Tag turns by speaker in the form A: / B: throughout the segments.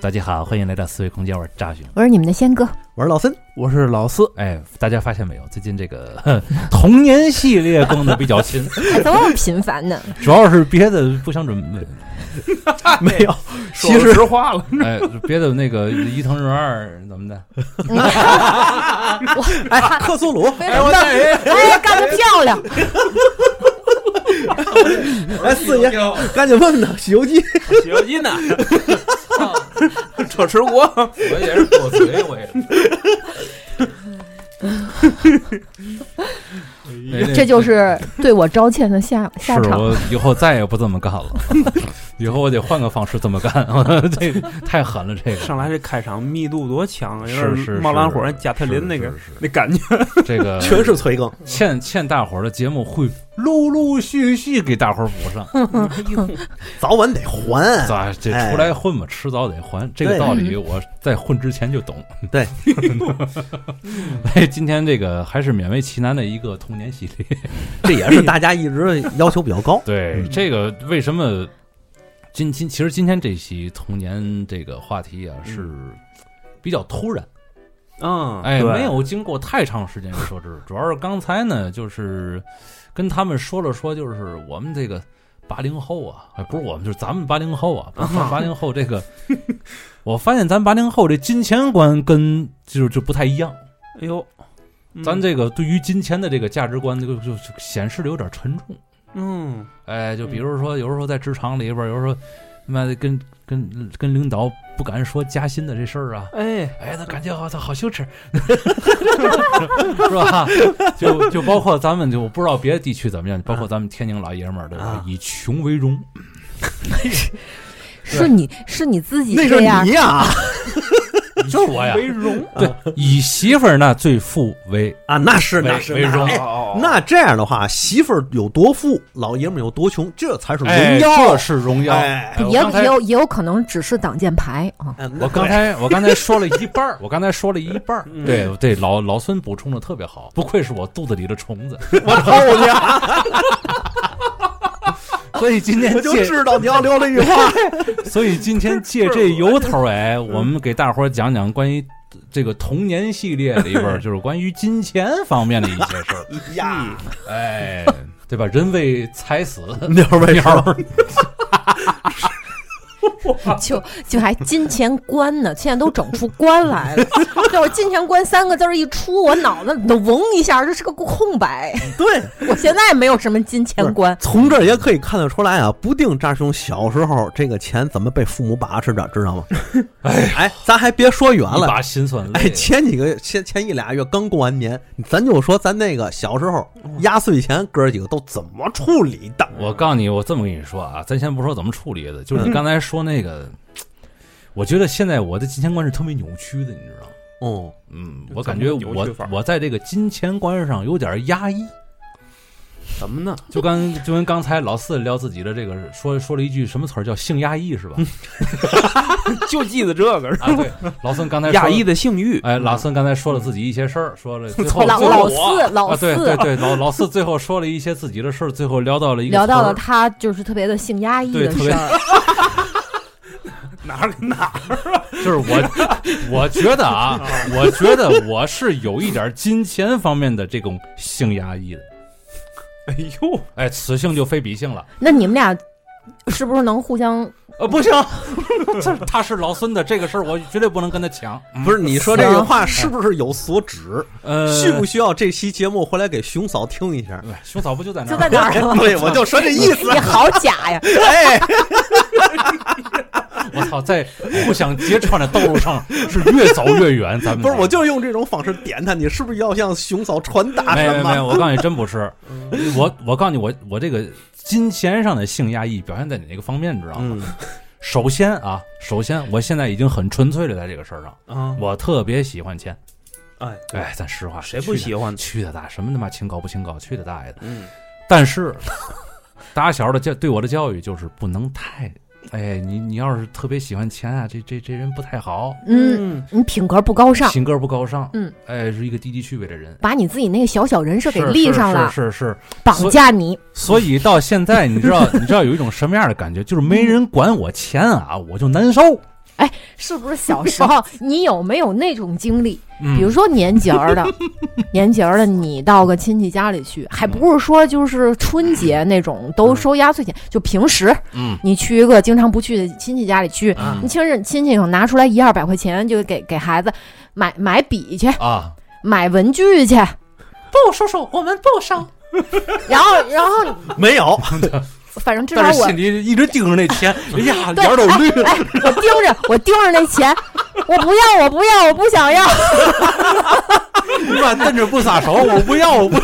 A: 大家好，欢迎来到思维空间，我是扎兄。
B: 我是你们的仙哥，
C: 我是老森，
A: 我是老四，哎，大家发现没有？最近这个 呵童年系列更的比较 勤，
B: 怎么这么频繁呢？
A: 主要是别的不想准备，
C: 没有，
D: 说
C: 其实
D: 实话了，
A: 哎，别的那个伊藤润二怎么的，
C: 哎，克苏鲁，
B: 哎，我哎，干得漂亮！
C: 哎，四爷，赶紧问他《西游记》
D: 洗油机呢？车迟国，
A: 我也是我嘴我也是。
B: 这就是对我招歉的下下
A: 哎是
B: 场。
A: 我以后再也不这么干了， 以后我得换个方式这么干， 这个太狠了，这个
D: 上来这开场密度多强啊，有
A: 是
D: 点
A: 是
D: 冒蓝火
A: 是
D: 加特林那个
A: 是是
D: 那感觉，
A: 是这个
C: 全是催更，
A: 欠欠大伙儿的节目会陆陆续续给大伙儿补
C: 嗯
A: 上，
C: 早晚得还。
A: 咋这出来混嘛，迟早得还，这个
C: 哎对
A: 道理我在混之前就懂。
C: 对，
A: 哎，今天这个还是勉为其难的一个童年系列。。
C: 这也是大家一直要求比较高
A: 对，嗯这个为什么今今其实今天这期童年这个话题啊是
C: 嗯
A: 比较突然，
D: 嗯，
A: 哎，
D: 对
A: 没有经过太长时间的设置，主要是刚才呢就是跟他们说了说，就是我们这个。八零后啊，哎，不是我们，就是咱们八零后啊，不是八零后这个，我发现咱八零后这金钱观跟就是就不太一样，
D: 哎呦，嗯
A: 咱这个对于金钱的这个价值观，这个就就显示的有点沉重。
D: 嗯
A: 哎，就比如说，有时候在职场里边儿，有时候妈的跟跟跟领导不敢说加薪的这事儿啊，
D: 哎
A: 哎，他感觉好，他好羞耻，是吧？ 就就包括咱们，就我不知道别的地区怎么样，包括咱们天津老爷们儿，对吧？
C: 啊
A: 以穷为荣，
B: 是你是你自己
C: 那
B: 这
C: 是
B: 样
C: 你，呀
A: 就是我呀
D: 为，荣
A: 对，以媳妇儿那最富为
C: 啊，那是那
A: 为
C: 是
A: 为荣。
C: 哎
D: 哦
C: 那这样的话，媳妇儿有多富，老爷们儿有多穷，这才是
A: 哎
C: 荣耀
A: 这。是荣耀。
C: 哎
A: 哎我
B: 也
A: 刚才
B: 也有也有可能只是挡箭牌啊。
C: 哎那
A: 我 刚才我刚才说了一半儿，我刚才说了一半儿。
D: 嗯
A: 对对，老老孙补充的特别好，不愧是我肚子里的虫子。
C: 我操你！
A: 所以今天
C: 我就
A: 借，
C: 知道你要聊这句话。
A: 所以今天借这由头儿， 哎，
D: 嗯
A: 我们给大伙儿讲讲关于这个童年系列里 边儿，就是关于金钱方面的一些事儿，
C: 呀，
A: 哎，对吧？人为财 死，
C: 鸟儿喂
A: 鸟
C: 鸟，
A: 儿
B: 就就还金钱观呢，现在都整出观来了。这我金钱观三个字儿一出，我脑子里头嗡一下，这是个空白。
C: 对，
B: 我现在没有什么金钱观，
C: 从这儿也可以看得出来啊，不定扎兄小时候这个钱怎么被父母把持着，知道吗？哎哎，咱还别说远
A: 一
C: 了，
A: 把辛酸
C: 哎，
A: 泪。
C: 前几个月前前一俩月刚过完年，咱就说咱那个小时候压岁钱哥几个都怎么处理的？
A: 嗯我告诉你，我这么跟你说啊，咱先不说怎么处理的，
D: 嗯
A: 就是你刚才说那个，我觉得现在我的金钱观是特别扭曲的，你知道吗？
C: 哦，
A: 嗯，
D: 就
A: 我
D: 怎
A: 感
D: 么
A: 觉
D: 扭
A: 我
D: 曲法儿
A: 我在这个金钱观上有点压抑，
D: 怎么呢？
A: 就跟就跟刚才老四聊自己的这个说说了一句什么词儿叫性压抑是吧？
D: 就记得这个
A: 啊，对，老孙刚才说
D: 压抑。的性欲，
A: 哎，老孙刚才说了自己一些事儿，说了最后
B: 老
A: 最后
B: 老
A: 我
B: 四老
A: 啊，对
B: 四
A: 对对，老老四最后说了一些自己的事儿，最后聊到了一个
B: 聊到
A: 词儿
B: 了他就是特别的性压抑
A: 对
B: 的
A: 特别
B: 事儿。
D: 哪儿跟哪儿
A: 就是我，我觉得 啊，我觉得我是有一点金钱方面的这种性压抑的。
D: 哎呦，
A: 哎，此性就非彼性了。
B: 那你们俩是不是能互相？
A: 呃，不行， 这他是老孙的这个事儿，我绝对不能跟他抢。
C: 不是，你说这个话是不是有所指？
A: 嗯呃，
C: 需不需要这期节目回来给熊嫂听一下？？
A: 哎熊嫂不就在那
B: 就
A: 儿吗？
B: 在哪儿啊了
C: 对，我 就说这意
A: 啊
C: 思。
B: 你好假呀！
C: 哎，
A: 我操，在互相揭穿的道路上是越走越远。咱们
C: 不是，我就用这种方式点他，你是不是要向熊嫂传达
A: 没有没
C: 什
A: 有没有，
C: 么？嗯
A: 我告诉你，真不是。我我告诉你，我我这个金钱上的性压抑表现在哪个方面，你知道吗？
C: 嗯，
A: 首先啊，首先我现在已经很纯粹的在这个事儿上，
D: 啊，
A: 我特别喜欢钱。
D: 哎，
A: 哎，咱实话，
D: 谁不喜
A: 欢？
D: 欢？
A: 去他大，什么他妈清高不清高，去他大爷的！
D: 嗯，
A: 但是打小的教对我的教育就是不能太，哎，你你要是特别喜欢钱啊，这这这人不太好，
B: 嗯，，你品格不高尚，
A: 性格不高尚，
B: 嗯，
A: 哎，是一个低级趣味的人。
B: 把你自己那个小小人设给
A: 是
B: 立上
A: 是
B: 了，
A: 是是是，
B: 绑架你。
A: 所以到 现在，你知道，你知道有一种什么样的感觉，就是没人管我钱啊，我就难受。
B: 哎，是不是小 时候你有没有那种经历？
A: 嗯
B: 比如说年节儿的，年节儿的你到个亲戚家里去，还不是说就是春节那种都收压岁钱，就平时
A: 嗯
B: 你去一个经常不去的亲戚家里去，
A: 嗯
B: 你亲人亲戚手拿出来一二百块钱就给给孩子买买笔去，
A: 啊，
B: 买文具去，
A: 不叔叔，我们不收，
B: 然后然后
C: 没有，
B: 反正至少
A: 但是
B: 我
A: 心里一直盯着那钱，哎呀，
B: 对
A: 眼儿都绿了。
B: 哎，我盯着我盯着那钱，我不要，我不要，我不想要。
C: 你妈瞪着不撒 手，我不要，我不。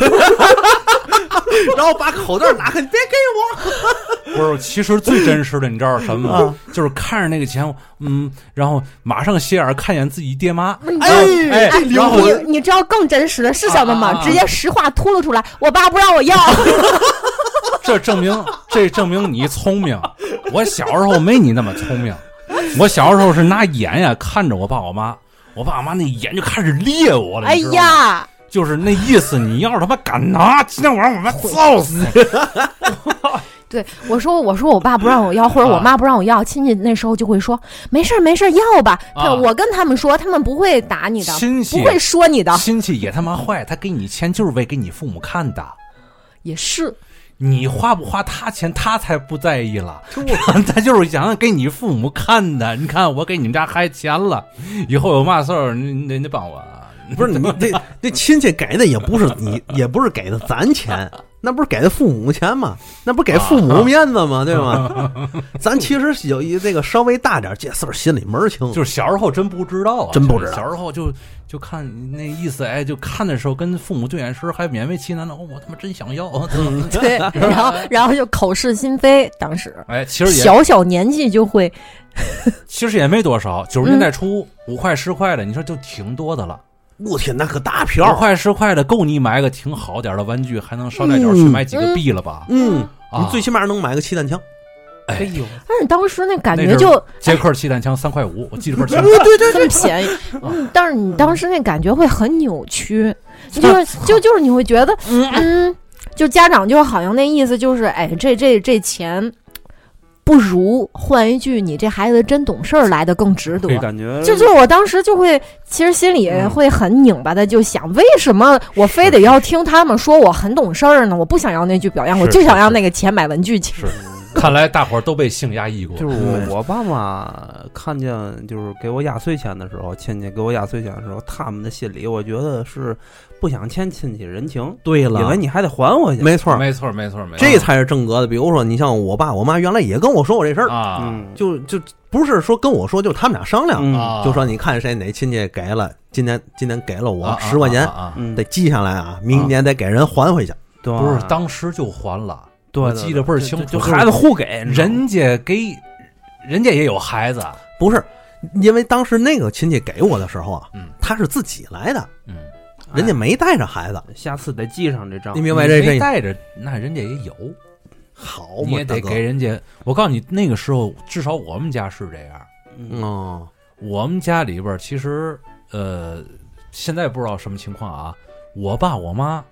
C: 然后把口袋拿开，你别给
A: 不是，其实最真实的，你知道是什么吗？
B: 啊
A: 就是看着那个钱，我嗯，然后马上斜眼儿看一眼自己爹妈，
B: 你
A: 然后
C: 哎
A: 哎，
B: 你
A: 然后
B: 你知道更真实的是什么吗？
D: 啊啊啊
B: 直接实话秃噜出来，我爸不 让我要。
A: 这证明这证明你聪明。我小时候没你那么聪明，我小时候是拿眼呀看着我爸我妈，我爸我妈那眼就开始猎我了。
B: 哎
A: 你知道吗，
B: 呀，
A: 就是那意思，你要是他妈敢拿，今天晚上我们揍死你！
B: 对我说，我说我爸不让我要，或者
A: 啊
B: 我妈不让我要，亲戚那时候就会说没事儿没事儿要吧。
A: 啊
B: 他我跟他们说，他们不会打你的，
A: 亲戚
B: 不会说你的，
A: 亲戚也他妈坏，他给你钱就是为给你父母看的。
B: 也 是。
A: 你花不花他钱，他才不在意了。 他就是想给你父母看的。你看，我给你们家孩子钱了，以后有嘛事儿，你你得你得帮我啊。
C: 我！不是你那那亲戚给的也不是你，也不是给的咱钱，那不是给的父母钱吗？那不是给父母面子
A: 啊
C: 吗？对吗？ 咱其实有一这个稍微大点儿，这事儿心里门儿清。
A: 就是小时候真不知道啊，
C: 真不知道
A: 小时候就就看那意思，哎，就看的时候跟父母对眼时还勉为其难的，哦，我他妈真想要。
C: 嗯
B: 对，然后然后就口是心非，当时
A: 哎，其实也
B: 小小年纪就会
A: 其实也没多少，九十
C: 嗯
A: 年代初五块十块的，你说就挺多的了。
C: 我天，那可大
A: 五
C: 票！
A: 块十块的够你买个挺好点儿的玩具，还能捎带脚去买几个币了吧？
C: 嗯，
A: 啊
C: 你最起码能买个气弹枪。
A: 哎呦，
B: 但是当时那感
A: 那
B: 觉
A: 阵儿
B: 就
A: 捷克气弹枪三块五，我记得倍儿清楚。
B: 对对，这么 便宜。嗯，但是你当时那感觉会很扭曲，你就是就就是你会觉得，嗯，就家长就好像那意思就是，哎，这这这钱不如换一句，你这孩子真懂事儿来的嗯更值得
D: 这。感觉
B: 就就是我当时就会，其实心里会很拧巴的，就想为什么我非得要听他们说我很懂事儿呢？我不想要那句表扬，
A: 是
B: 我就是想要
A: 是
B: 那个钱买文具去。
A: 是， 看来大伙儿都被性压抑过。
D: 就是
C: 嗯
D: 我我爸妈看见就是给我压岁钱的时候，亲戚给我压岁钱的时候，他们的心里我觉得是不想欠亲戚人情，
C: 对
D: 因为你还得还回去。
C: 没错儿，
A: 没错，没错，没错，
C: 这才是正格的。比如说，你像我爸我妈，原来也跟我说过这事儿，
A: 啊
D: 嗯，
C: 就就不是说跟我说，就是他们俩商量，
D: 嗯
A: 啊，
C: 就说你看谁哪亲戚给了，今年今年给了我
A: 啊
C: 十块钱，
A: 啊啊啊
D: 嗯，
C: 得记下来啊，明年得给人还回去。
D: 对
A: 不是当时就还了，
D: 对
A: 我
D: 对
A: 记得倍儿清楚，
D: 就就是孩子互
C: 哎
D: 给你知道吗
A: 人家给，人家也有孩子，
C: 不是，因为当时那个亲戚给我的时候啊
A: 嗯，
C: 他是自己来的，
A: 嗯，
C: 人家没带着孩子，
D: 哎下次得记上这账
C: 你。明白这
A: 你没
C: 这
A: 带着，那人家也有，
C: 好
A: 你
C: 嘛
A: 也，
C: 大
A: 得
C: 哥
A: 给人家。我告诉你，那个时候至少我们家是这样，
D: 嗯
C: 哦，
A: 我们家里边儿其实呃，现在不知道什么情况啊，我爸我妈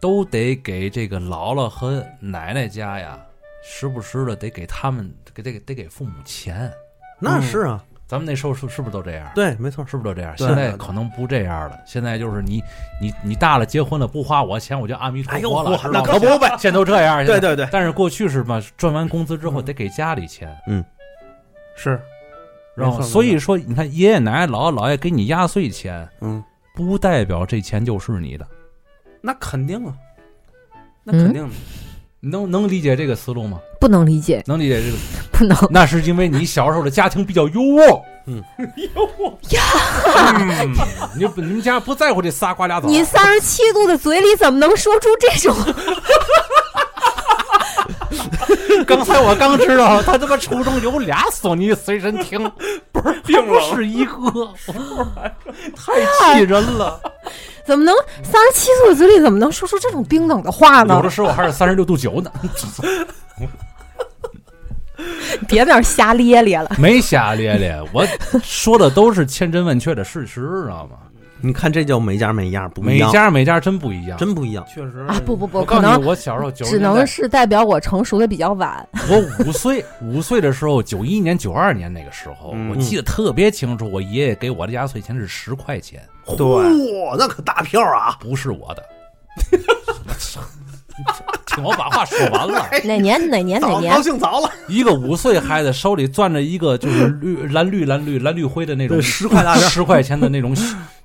A: 都得给这个姥姥和奶奶家呀，时不时的得给他们给得给得给父母钱。
C: 那是啊，
A: 咱们那时候是是不是都这样？
C: 对，没错，
A: 是不是都这样？
D: 对
A: 现在可能不这样了。现在就是你你你大了结婚了，不花我钱，我就阿弥陀
C: 哎呦
A: 佛了。
C: 我那
A: 老
C: 可不呗，
A: 现在都这样。
C: 对嗯
A: 现在。
C: 对对，
A: 但是过去是嘛，赚完工资之后得给家里钱，
D: 是，
A: 然后
D: 没错
A: 所以说你看爷爷奶奶姥姥姥爷给你压岁钱，
D: 嗯，
A: 不代表这钱就是你的。
D: 那肯定啊，那肯定的。
A: 能能理解这个思路吗？
B: 不能理解，
A: 能理解这个，
B: 不 能。
A: 那是因为你小时候的家庭比较优渥，
C: 嗯，
A: 优渥呀，嗯你不你们家不在乎这仨瓜俩枣，啊
B: 你三十七度的嘴里怎么能说出这种？
A: 刚才我刚知道，他他妈初中有俩索尼随身听， 不是并不是一个，太气人了。
B: 怎么能三十七岁的嘴里怎么能说出这种冰冷的话
A: 有
B: 呢
A: 的？时候还是三十六度 九呢，
B: 别在那儿瞎咧咧了。
A: 没瞎咧咧，我说的都是千真万确的事实，知道吗？
C: 你看这叫每家每样不一
A: 每
C: 样，啊
A: 家每家真不一样。
C: 真不一样。
D: 确实
B: 啊，不不
A: 嗯
B: 不，
A: 我
B: 可
A: 告诉
B: 能
A: 你，我小时候九十
B: 只
A: 年
B: 能
A: 代，哎
B: 是代表我成熟的比较晚。
A: 我五岁，五岁的时候，九一年、九二年那个时候，
D: 嗯
A: 我记得特别清楚。我爷爷给我的压岁钱是十块钱，
D: 对，
C: 哇，那可大票啊！
A: 不是我的。听我把话说完了，
B: 哪年哪年哪
C: 早
B: 年
C: 高？兴早了，
A: 一个五岁孩子手里攥着一个就是绿蓝绿蓝绿蓝绿灰的那种
C: 对十 块大票
A: 十块钱的那种，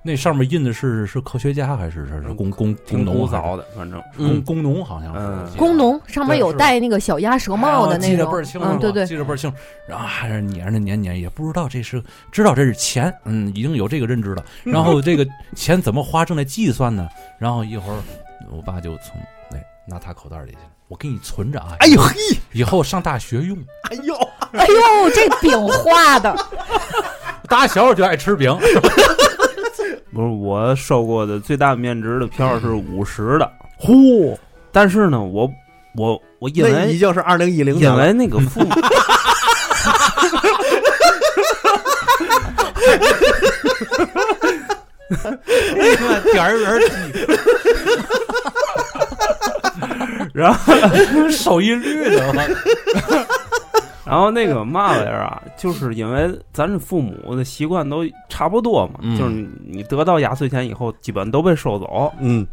A: 那上面印的是是科学家还是是是工工工
D: 挺
A: 农
D: 古
A: 还是
D: 早的，反正
A: 工工农好像是
D: 嗯
A: 我记得
B: 工农上面
A: 对
B: 有
A: 是
B: 戴那个小鸭舌帽的
A: 哎
B: 那
A: 我记得
B: 种
A: 倍儿清，楚，
B: 嗯，对对，
A: 记得倍儿清楚。然后还是撵着撵撵，也不知道这是知道这是钱，嗯，已经有这个认知 了。然后这个钱怎么花，正在计算呢。然后一会儿，我爸就从哎拿他口袋里去了，我给你存着啊，
C: 哎呦嘿，
A: 以后上大学用。
C: 哎呦，
B: 哎呦，这饼画 的，
A: 打小我就爱吃饼，
D: 不是我收过的最大面值的票是五十的，
C: 呼，
D: 但是呢，我我我因
C: 那已
D: 为
C: 经是二零一零年
D: 因
C: 了，
D: 为那个父母，
A: 点儿人
D: 然后
A: 收益率的话，
D: 然后那个嘛玩意儿啊，就是因为咱这父母的习惯都差不多嘛，
A: 嗯
D: 就是你得到压岁钱以后，基本都被收走。
C: 嗯，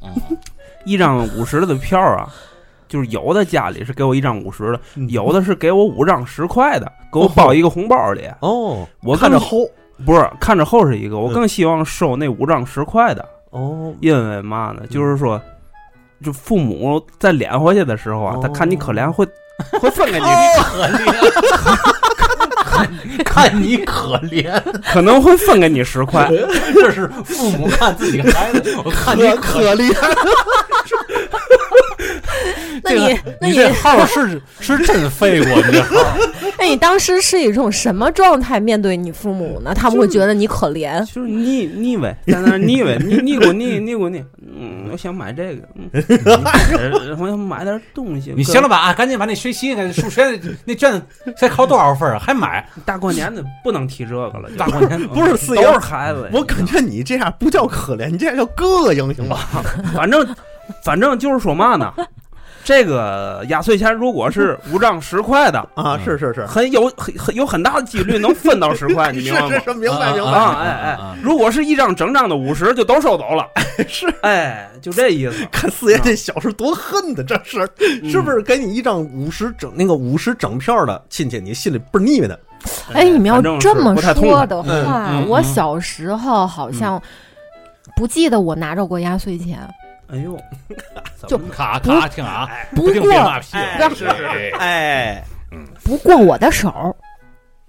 D: 一张五十的票啊， 就是有的家里是给我一张五十的，
C: 嗯
A: 嗯
D: 有的是给我五张十块的，给我包一个红包里。
C: 哦，
D: 我
C: 看
D: 更
C: 着齁，
D: 不是看着后是一个，我
C: 嗯
D: 更希望收那五张十块的，
C: 哦，
D: 因为嘛呢？就是说，就父母在敛回去的时候啊
C: 哦，
D: 他看你可怜会会分给你，
A: 可怜，看你可怜。
D: 可能会分给你十块。
A: 这是父母看自己孩子，我看你
C: 可
A: 可
C: 可怜，
B: 那
A: 这个
B: 你那
A: 你
B: 你
A: 这号是是真废物，你这号。
B: 那你当时是以一种什么状态面对你父母
A: 嗯
B: 呢？他们会觉得你可
A: 哎
B: 怜，
D: 就是腻腻歪，在那儿腻歪，腻腻咕腻腻咕腻。嗯，我想买这个，嗯，呃我想买点东西。
A: 你
D: 哥
A: 行了吧？啊，赶紧把那学习、那数学那卷子才考多少分儿啊还买？
D: 大过年的不能提这个了，大过年的
C: 不是四爷
D: 都是孩子。
C: 我感觉你这样不叫可怜，你这样叫膈应，行吧？
D: 嗯反正反正就是说嘛呢，这个压岁钱如果是五张十块的，
C: 啊，
A: 嗯
C: 是是是，
D: 很有很很有很大的几率能分到十 块，你
C: 是
D: 明白
C: 是
D: 吗？
C: 是，明白明
D: 啊
C: 白，
D: 哎哎，如果是一张整张的五十，就都收走了。
C: 是
D: 哎，就这意思，
C: 看四爷这小是多恨的，这是是不
D: 嗯？
C: 是？给你一张五十整那个五十整票的亲戚，你心里倍儿腻歪的。
B: 哎，你们要
D: 反正是
B: 这么
D: 不太痛
B: 说
D: 快
B: 的
C: 嗯
B: 话，
D: 嗯嗯
B: 我小时候好像
A: 嗯
B: 不记得我拿着过压岁钱。
D: 哎呦，
B: 就
A: 卡卡听啊，
B: 不
A: 不定别
B: 过
A: 骂屁了
C: 哎
B: 是
A: 哎
C: 哎，
B: 不过我的手
D: 哦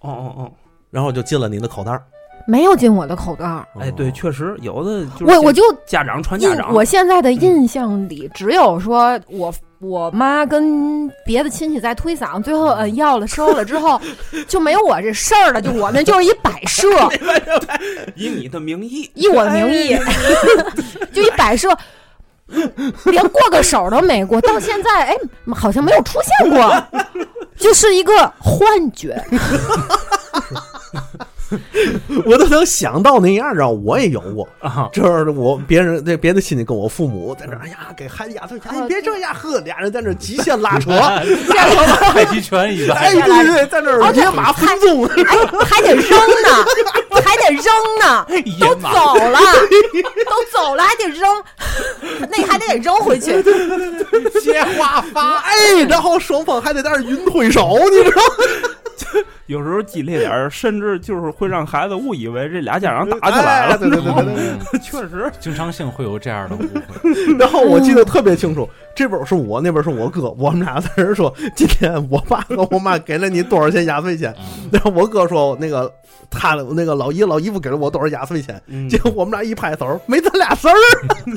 D: 哦哦。
C: 然后就进了你的口袋儿。
B: 没有进我的口袋儿，
C: 哦
D: 哎，对，确实有的就是
B: 我我就
D: 家长传
B: 印
D: 家长，
B: 我现在的印象里，只有说我我妈跟别的亲戚在推搡，最后嗯要了收了之 后，就没有我这事儿了，就我那就是一摆设，
D: 以你的名义，
B: 以我的名义，
D: 哎
B: 就一摆设。连过个手都没过，到现在哎，好像没有出现过，就是一个幻觉。
C: 我都能想到那样，然后 我也有过。
D: 啊，
C: 就是我别人那别的亲戚跟我父母在那儿，哎呀，给孩子压岁钱，
B: 啊
C: 你别这样呵，俩人在那儿极限 拉扯，
D: 哎
A: 哎 太极拳一般
C: 哎，。对对对，在那儿野马分鬃，
B: 哦哎，还得扔呢，还得扔 呢，
A: 哎
B: 都走了，都走了，还得扔，那还得给扔 回去。
C: 接 花发，哎，然后双方还得在那儿云推手，你知道 吗？
D: 有时候激烈点儿，甚至就是会让孩子误以为这俩家长打起来
C: 哎
D: 了。
C: 对对对对对。
A: 嗯
D: 确实，
A: 经常性会有这样的误会，
C: 然后我
B: 嗯
C: 记得特别清楚，这本是我，那本是我哥，我们俩在这儿说，今天我爸和我妈给了你多少钱压岁钱？
A: 嗯
C: 然后我哥说，那个他那个老姨老姨夫给了我多少压岁钱？
D: 嗯
C: 结果我们俩一拍手，没咱俩事儿。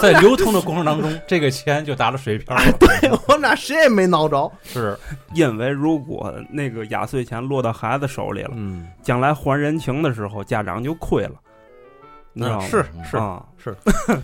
A: 在流通的过程当中，这个钱就打了水漂了。
C: 对我们俩谁也没闹着，
A: 是，
D: 因为如果那个压岁钱落到孩子手里了，
A: 嗯，
D: 将来还人情的时候，家长就亏了，你知道吗？
C: 是
A: 嗯
C: 是，
D: 啊，
C: 是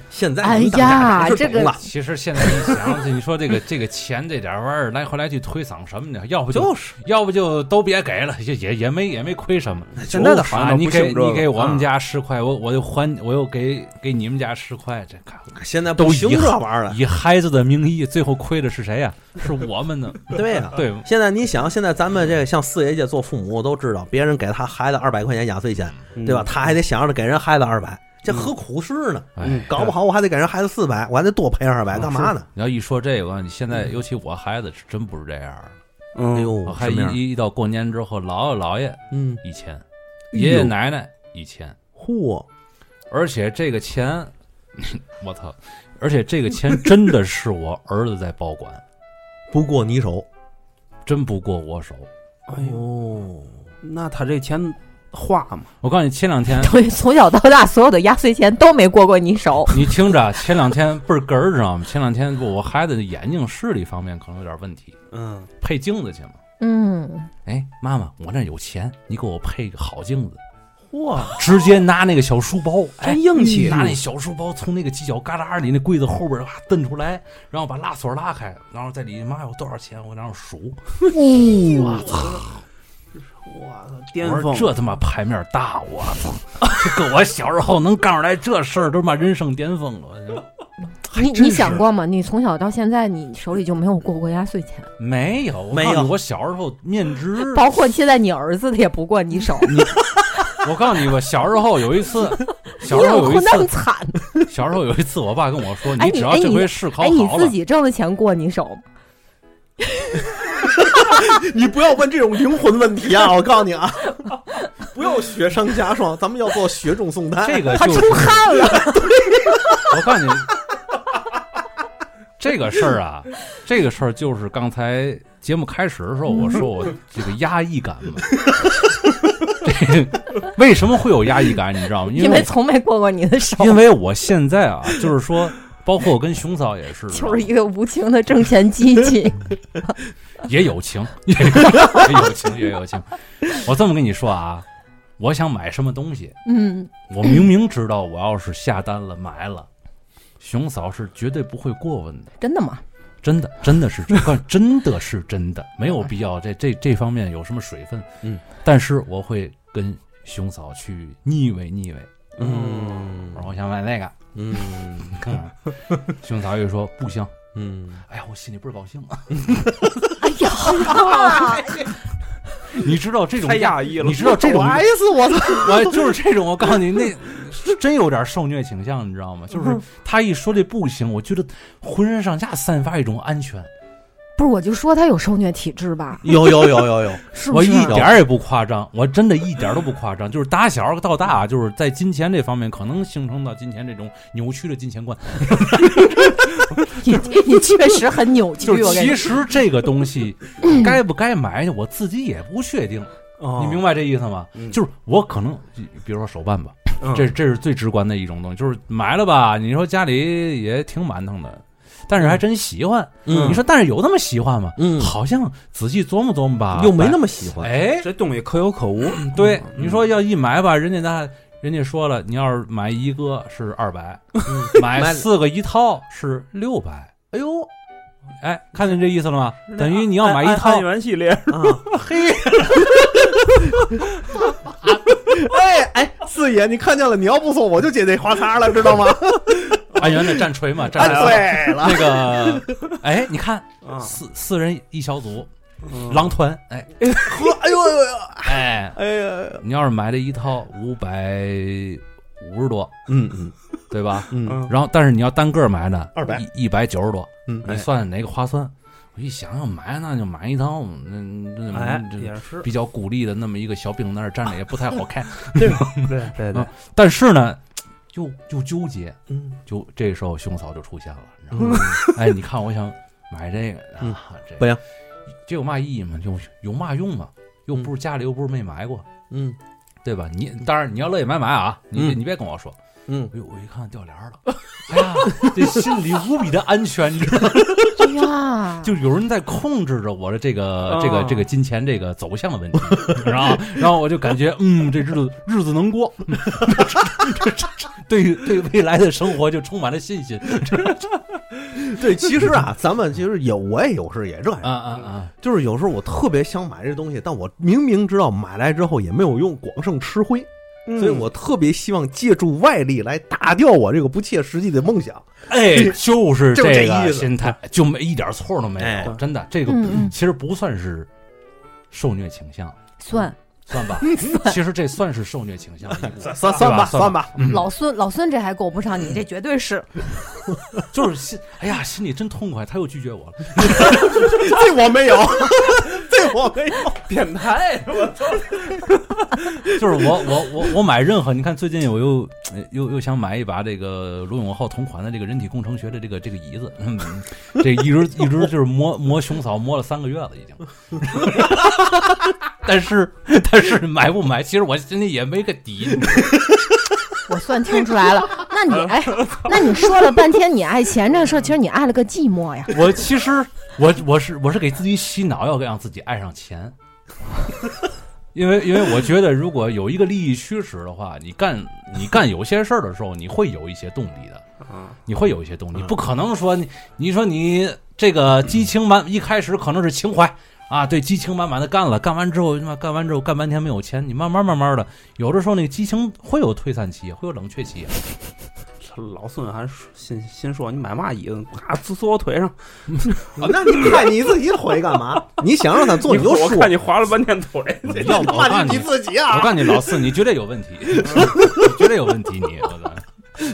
C: 现在
B: 哎
C: 你们大家
B: 呀
C: 是
B: 这
C: 懂
B: 个
C: 了
A: 其实现在你想，你说这个这个钱这点玩意儿，来回来去推搡什么的，要不就
C: 就是
A: 要不就都别给了，也也也没也没亏什么。
D: 现在的好
A: 啊，
D: 像
A: 你给你给我们
D: 家
A: 家十块，我我就还，我又给给你们家十块，这看
C: 现在
A: 都
C: 不兴
A: 以
C: 这
A: 后
C: 玩意儿了，
A: 以孩子的名义，最后亏的是谁呀、是我们 呢，
C: 对呀。
A: 对，
C: 现在你想，现在咱们这个像四爷这做父母都知道，别人给他孩子二百块钱压岁钱，对吧？他还得想着给人孩子二百，这何苦事呢？
A: 哎。
C: 搞不好我还得给人孩子四百，我还得多赔二百，
D: 嗯
C: 干嘛呢？
A: 你要一说这个，你现
C: 嗯
A: 在尤其我孩子是真不是这样儿，
D: 嗯
C: 哎呦，
A: 我哦还
C: 什么
A: 一
C: 样
A: 一一到过年之后，姥姥姥爷
C: 嗯，
A: 一千，爷爷
C: 哎呦
A: 奶奶一千，
C: 嚯，
A: 而且这个钱， 我操！而且这个钱真的是我儿子在保管，
C: 不过你手，
A: 真不过我手。
D: 哎呦，
C: 哦，
D: 那他这钱花嘛？
A: 我告诉你，前两天
B: 对，从小到大所有的压岁钱都没过过你手。
A: 你听着，前两天倍儿哏儿，知道吗？前两天不，我孩子的眼睛视力方面可能有点问题，
D: 嗯，
A: 配镜子去嘛。
B: 嗯，
A: 哎，妈妈，我那有钱，你给我配个好镜子。啊
D: 嚯，
A: 直接拿那个小书 包，哎
D: 真硬气
A: 拿那小书包从那个犄角旮旯里那柜子后边啊蹬出来，然后把拉锁拉开，然后在里妈有多少钱，我然后数。
D: 我操！我操！巅
A: 我说
D: 峰！
A: 这他妈牌面大，我操！这个我小时候能干出来这事儿，都他妈人生巅峰了。我就
B: 你
A: 真
B: 你
A: 是
B: 想过吗？你从小到现在，你手里就没有过过压岁钱，
A: 没有，我
C: 没
A: 告诉你
C: 有
A: 我小时候面值。
B: 包括现在你儿子的也不过你手，
A: 我告诉你，我小时候有一 次，小
B: 你
A: 时候
B: 怎么
A: 有
B: 过
A: 一
B: 那么
A: 次，
B: 惨？
A: 小时候有一次，我爸跟我说，你
B: 哎你
A: 只要
B: 哎
A: 这
B: 你
A: 回试考
B: 哎，你
A: 好了
B: 自，己挣的钱过你手，
C: 你不要问这种灵魂问 题啊！我告诉你啊，不要雪上加霜，咱们要做雪中送 炭。
A: 这个
B: 他
A: 哎就
B: 出
A: 是
B: 汗了。
A: 我告诉你，这个事儿啊，这个事儿就是刚才节目开始的时候我说我这个压抑感嘛。 这为什么会有压抑感？你知道吗？因
B: 因为
A: 为
B: 从没过过你的手，
A: 因为我现在啊，就是说，包括我跟熊嫂也是，
B: 就是一个无情的挣钱机 器。
A: 也有情，也有情，也有情。我这么跟你说啊，我想买什么东西，
B: 嗯，
A: 我明明知道我要是下单了买了，熊嫂是绝对不会过问的。
B: 真的吗？
A: 真的，真的是，真的真的是真的，没有必要这这这方面有什么水分。
C: 嗯，
A: 但是我会跟熊嫂去腻歪腻歪。
C: 嗯
A: 我说我想买那个，
C: 嗯
A: 你看啊，熊嫂又说不行。
C: 嗯，
A: 哎呀，我心里倍儿高兴 啊！
B: 哎呀，
A: 你知道这种
D: 太压抑了
A: 你知道这
C: 我
A: 种，
C: S 我操！
A: 我就是这种。我告诉你，那是真有点受虐倾向，你知道吗？就是他一说这不行，我觉得浑身上下散发一种安全，
B: 不是，我就说他有受虐体质吧，
C: 有有有 有有，
B: 是不
A: 我
B: 是？
A: 一点儿也不夸张，我真的一点儿都不夸张，就是打小到大，啊就是在金钱这方面，可能形成到今天这种扭曲的金钱观。
B: 你你确实很扭曲，
A: 就
B: 我嗯
A: 是
B: 跟你
A: 其实这个东西该不该买，我自己也不确定。
C: 哦
A: 你明
D: 白？
A: 白这意思吗？
D: 嗯
A: 就是我可能，比如说手办吧，
D: 嗯
A: 这这是最直观的一种东西，就是买了吧，你说家里也挺蛮腾的，但是还真喜欢。
C: 嗯
A: 你说，但是有那么喜欢吗？
C: 嗯
A: 好像仔细琢磨琢磨吧，
C: 又没那么喜欢。
A: 哎，
D: 这东西可有可无。
A: 对，
D: 嗯
A: 你说要一买吧，人家那人家说了，你要是买一个是二百，买
C: 嗯买
A: 四个一套是六百。
C: 哎呦
A: 哎，看见这意思了吗？等于你要买一套，
D: 元系列，
C: 啊，嘿，哎哎，四爷，你看见了？你要不送，我就解这花叉了，知道吗？
A: 按哎原来战锤嘛，战锤。啊
C: 哎，对了，
A: 那个，哎，你 看
D: 嗯
A: 四四人一小组，
D: 嗯
A: 狼团，哎
C: 呵，哎呦呦呦，
A: 哎，
C: 哎呀，
A: 你要是买这一套五百五十多，
C: 嗯嗯
A: 对吧？
C: 嗯，
D: 嗯
A: 然后，但是你要单个买呢，
C: 200
A: 一一百九十多，
C: 嗯
A: 你算算哪个划算？我一想要买，那就买一套，那那
D: 哎
A: 这
D: 也是
A: 比较孤立的那么一个小兵那儿站着也不太好看，
D: 对对
A: 对 但是呢，又又纠结，
C: 嗯
A: 就这时候熊嫂就出现了，你知道吗？
C: 嗯，
A: 哎，你看我想买这个
C: 嗯
A: 啊，这
C: 不行，
A: 这有嘛意义吗？就有嘛用吗？又不是家里又不是没买过，
C: 嗯
A: 对吧？你当然你要乐意买买啊，你别
C: 嗯
A: 你别跟我说，
C: 嗯，
A: 哎呦，我一看掉帘儿了，哎呀，这心里无比的安全，你知道吗？
B: 哎
C: 嗯
B: 呀，
A: 就有人在控制着我的这个
C: 哦
D: 啊
A: 这个这个金钱这个走向的问题， 然后然后我就感觉，嗯，这日子日子能过， 嗯对对未来的生活就充满了信心，
C: 对，其实啊， 咱们其实有我也有时也这样，
A: 啊啊啊！
C: 就是有时候我特别想买这东西，但我明明知道买来之后也没有用，光剩吃灰，
A: 嗯
C: 所以我特别希望借助外力来打掉我这个不切实际的梦想。
A: 哎，就是
C: 就这
A: 个
C: 意思
A: 心态，就没一点错都没有，
C: 哎
A: 真的，这个
B: 嗯嗯
A: 其实不算是受虐倾向，
B: 孙
A: 算 吧？其实这算是受虐倾向的一部分，
C: 算
A: 算吧
C: 嗯吧，
A: 算
C: 吧，
A: 嗯
B: 老孙老孙这还够不上你，这绝对是
A: 就是心，哎呀，心里真痛快，他又拒绝我了。
C: 这我 没有，这我没有。
D: 变态，
A: 就是我我我我买任何，你看最近我又呃又又想买一把这个罗永浩同款的这个人体工程学的这个这个椅子，嗯，这一直一直就是磨磨熊嫂磨了三个月了已经， 但是但是买不买，其实我心里也没个底，你知道吗
B: 我算听出 来了。那你哎，那你说了半天你爱钱这个事儿，其实你爱了个寂 寞呀。
A: 我其实我我是我是给自己洗脑，要让自己爱上钱。因为，因为我觉得，如果有一个利益驱使的话，你干你干有些事儿的时候，你会有一些动力的。
D: 啊
A: 你会有一些动力，
C: 嗯
A: 不可能说你你说你这个激情满，一开始可能是情怀啊，对，激情满满的干了，干完之后他妈干完之后干半天没有钱，你慢慢慢慢的，有的时候那个激情会有退散期，会有冷却期，
D: 老孙还说心心说你买嘛椅子，啪呲呲我腿上，
C: 那你看你自己腿干嘛？你想让他做，你就
D: 我
C: 说。
D: 看你划了半天 腿，
C: 要不
A: 我看
C: 骂
A: 你
C: 你自己
A: 我
C: 啊！
A: 告诉你，老四，你绝对有问题，你绝对有问题，你我操！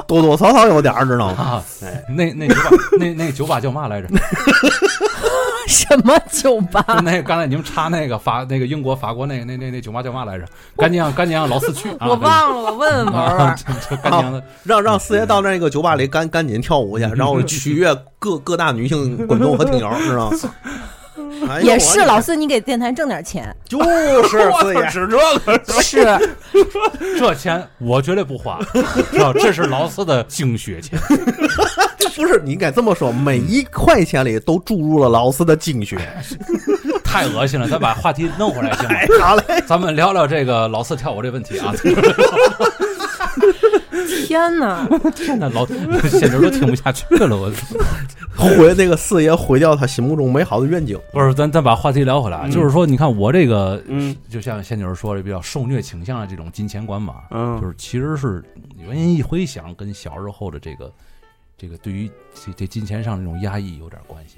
C: 多多少少有点儿，知道吗？
A: 啊，那那酒吧那那酒吧叫嘛来着？就
B: 什么酒吧？
A: 那个刚才你们查那个法那个英国法国那个那那那酒吧叫嘛来着？赶紧让赶紧让老四去啊！
B: 我忘了，我问问文
A: 啊，
B: 文。
A: 就就赶紧让他
C: 让让
A: 嗯
C: 四爷到那个酒吧里赶赶紧跳舞去，然后取悦 各各大女性观众和听友，知道吗？哎呦
B: 也是
C: 我
B: 老四，你给电台挣点钱。
C: 就是四爷，
D: 指这个，
B: 是，
A: 这钱我绝对不花，知道这是劳斯的精血钱。
C: 不是你应该这么说，每一块钱里都注入了劳斯的 精血。
A: 太恶心了，咱把话题弄回来行吗？
C: 好嘞，
A: 咱们聊聊这个老四跳舞这问题啊！
B: 天哪！
A: 天哪，老简直都听不下去了，我
C: 毁那个四爷毁掉他心目中美好的愿景。
A: 不是咱咱把话题聊回来啊，
D: 嗯
A: 就是说，你看我这个，
D: 嗯
A: 就像仙女说的，比较受虐倾向的这种金钱观嘛，就
D: 嗯，
A: 是其实是原因一回想，跟小时候的这个这个对于这这金钱上这种压抑有点关系，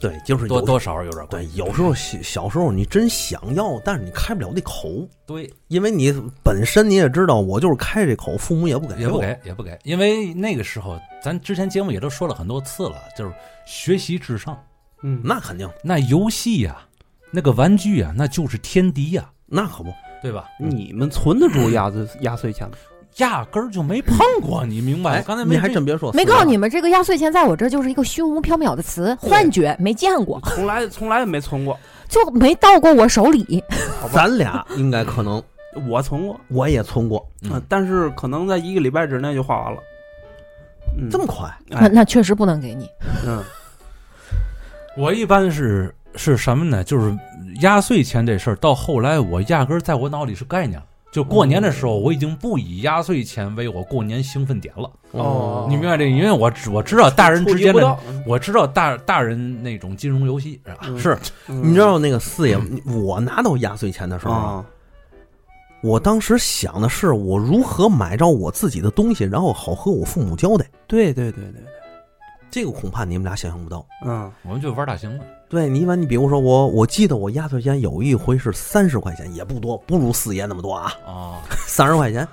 C: 对，就是
A: 多
C: 有
A: 多少少有点关
C: 对
A: 系。，
C: 有时候小小时候你真想要，但是你开不了那口，
A: 对，
C: 因为你本身你也知道，我就是开这口，父母也不给，
A: 也不。给，也不给，因为那个时候咱之前节目也都说了很多次了，就是学习至上。
D: 嗯
C: 那肯定，
A: 那游戏呀、那个玩具啊，那就是天敌呀、
C: 那可不，
A: 对吧？
D: 你们存得住压岁压岁钱吗？
A: 压根儿就没碰过，你明白？
C: 哎
A: 我刚才
C: 你
A: 没
C: 还真别说，
B: 没
C: 四爷
B: 告诉你们，这个压岁钱在我这儿就是一个虚无缥缈的词，幻觉，没见过，
D: 从来从来没存过，
B: 就没到过我手里。
C: 咱俩应该可
D: 嗯
C: 能
D: 我存过，
C: 我也存过，
A: 嗯
D: 啊但是可能在一个礼拜之内就花完了。嗯，
C: 这么快？
B: 那
D: 哎，
B: 那确实不能给你。
D: 嗯
A: 我一般是是什么呢？就是压岁钱这事儿，到后来我压根儿在我脑里是概念了。就过年的时候，我已经不以压岁钱为我过年兴奋点了。
D: 哦
A: 你明白这个？因为我知我知道大人之间
D: 触及不
A: 的
D: 到，
A: 我知道大大人那种金融游戏是吧？
D: 嗯
C: 是，
D: 嗯
C: 你知道那个四爷，我拿到压岁钱的时候，
D: 啊，
C: 我当时想的是我如何买着我自己的东西，然后好和我父母交代。
D: 对对对对对，
C: 这个恐怕你们俩想象不到。
D: 嗯
A: 我们就玩大型了。
C: 对，你一般你比如说我，我记得我压岁钱有一回是三十块钱，也不多，不如四爷那么多啊，
A: 啊，
C: 三十块钱。
D: 嗯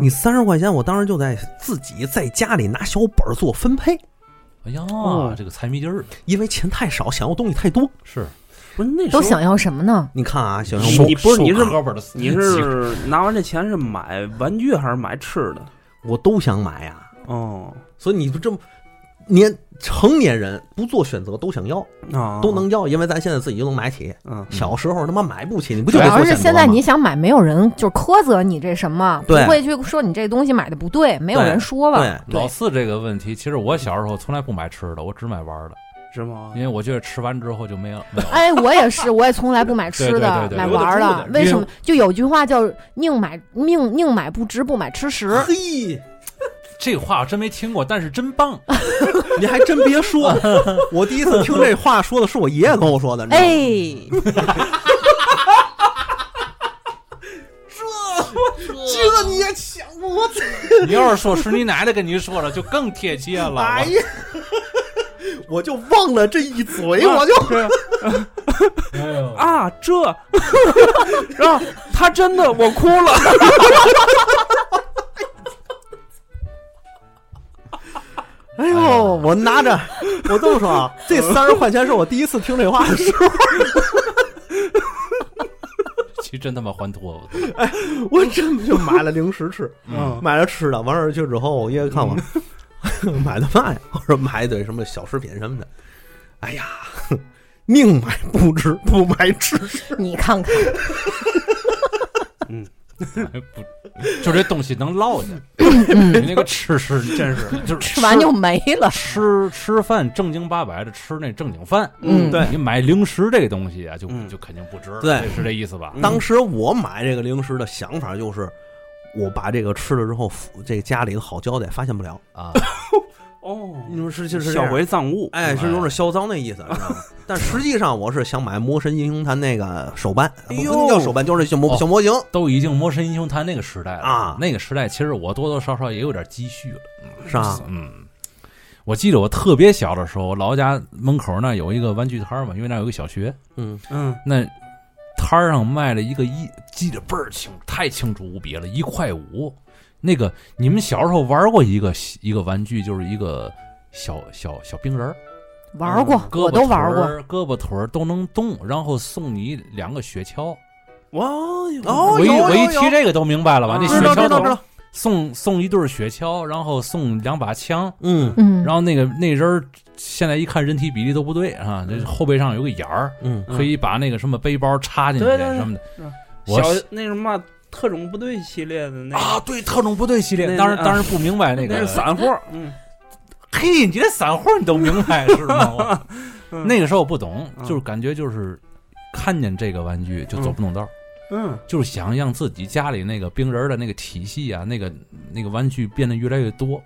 C: 你三十块钱，我当时就在自己在家里拿小本儿做分配，
A: 哎呀，
D: 哦
A: 这个财迷劲儿
C: 因为钱太少，想要东西太多。
A: 是
D: 不是那时
B: 都
D: 候
B: 想要什么呢？
C: 你看啊，小
D: 你
C: 熊，
D: 不是你是
A: 胳膊的，
D: 你是拿完这钱是买玩具还是买吃的？
C: 我我都想买呀、啊
D: 哦，
C: 所以你不这么年成年人不做选择都想要，
D: 啊，
C: 都能要，因为咱现在自己就能买起。
D: 嗯
C: 小时候他妈买不起，你不就
B: 主
C: 得
B: 要
C: 做
B: 是
C: 选择
B: 现
C: 吗
B: 在你想买，没有人就是苛责你这什么，不
C: 对
B: 会去说你这东西买的不对，没有
C: 对
B: 人说了。
C: 对
A: 老四这个问题，其实我小时候从来不买吃的，我只买玩儿的，
D: 是吗
A: 因？为我觉得吃完之后就没有没有了。
B: 哎，我也是，我也从来不买吃
A: 对对
B: 的
A: 对，对
B: 买
A: 留得
B: 玩儿
A: 住
B: 的
A: 的。
B: 为
A: 因
B: 什
A: 为
B: 么？就有句话叫“宁买宁宁买不知，不买吃 食
C: 嘿，
A: 这话我真没听过，但是真棒。
C: 你还真别说，我第一次听这话说的是我爷爷跟我说的”。。你知道吗
B: 哎，
C: 这你也抢我操！
A: 你要是说是你奶奶跟你说的，就更贴切了。
C: 哎呀， 我就忘了这一嘴，
A: 啊
C: 我就
A: 哎呦，
D: 啊，这，然后他真的，我哭了。
C: 哎呦，我拿着，我这么说啊，这三十块钱是我第一次听这话的时候，
A: 其实真他妈还脱了。
C: 我真的就买了零食吃，
A: 嗯
C: 买了吃的，完事儿去之后，我爷爷看我 买的嘛呀，我说买一堆什么小食品什么的，哎呀，宁买不吃，不买吃。
B: 你看看，
A: 哎不，就这东西能 落下。你那个吃食真是，就是
B: 吃完就没 了。
A: 吃吃饭正经八百的吃那正经饭。
B: 嗯
C: 对
A: 你买零食这个东西啊，就
D: 嗯
A: 就肯定不值了。
C: 对
A: 这是这意思吧？
C: 当时我买这个零食的想法就是，我把这个吃了之后，这个家里的好胶带发现不了。
A: 啊，
D: 哦
C: 你说是就是这
D: 销
C: 样
D: 毁赃物，
C: 哎，是有点销赃那意思，你知道吗？ 但实际上我是想买《魔神英雄坛》那个手办，
D: 哎
C: 不
D: 呦
C: 不叫手办，就是小模
A: 哦
C: 小模型。
A: 都已经《魔神英雄坛》那个时代了
C: 啊
A: 那个时代其实我多多少少也有点积蓄了，
C: 是吧？
A: 嗯，我记得我特别小的时候，我老家门口那儿有一个玩具摊儿嘛，因为那儿有个小学，
C: 嗯，
D: 嗯，
A: 那摊儿上卖了一个一，记得倍儿清，太清楚无比了，一块五。那个你们小时候玩过一个一个玩具，就是一个小小小冰人儿，
B: 玩儿
C: 嗯
B: 过，
A: 胳
B: 我
A: 膊
B: 都
A: 腿
B: 玩儿过。
A: 儿、胳膊腿儿都能动，然后送你两个雪橇。
D: 哇
C: 哦
A: 我一
C: 有
A: 我一
C: 有
A: 提这个都明白了吧？那
D: 啊
A: 雪
C: 知道知
A: 橇
C: 道知
A: 头
C: 道。
A: 送送一对儿雪橇，然后送两把枪，
C: 嗯
B: 嗯，
A: 然后那个那人儿现在一看人体比例都不对啊，
D: 嗯
A: 这后背上有个眼儿，
C: 嗯，
A: 可以把那个什么背包插进去
D: 对对对
A: 什么的
D: 嗯。
A: 我
D: 小那什么特种部队系列的那
A: 啊，
D: 个，
A: 对特种部队系列，
D: 那
A: 当然
D: 那
A: 当然不明白那
D: 那
A: 个
D: 是散货，嗯，
A: 嘿，你这散货你都明 白是吗？
D: 嗯
A: 那个时候不懂，
D: 嗯
A: 就是感觉就是看见这个玩具就走不动道儿，
D: 嗯
A: 就是想让自己家里那个冰人儿的那个体系啊，那个那个玩具变得越来越多。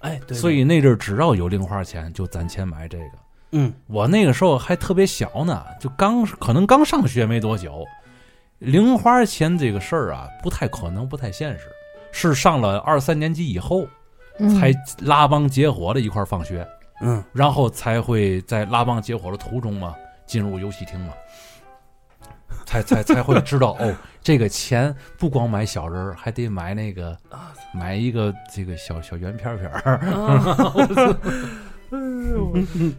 D: 哎，对，
A: 所以那阵儿只要有零花钱就攒钱买这个。
D: 嗯
A: 我那个时候还特别小呢，就刚可能刚上学没多久，零花钱这个事儿啊，不太可能，不太现实。是上了二三年级以后，
B: 嗯
A: 才拉帮结伙的一块儿放学，
D: 嗯
A: 然后才会在拉帮结伙的途中嘛，进入游戏厅嘛，才才才会知道哦，这个钱不光买小人儿，还得买那个
D: 啊
A: 买一个这个小小圆片片儿，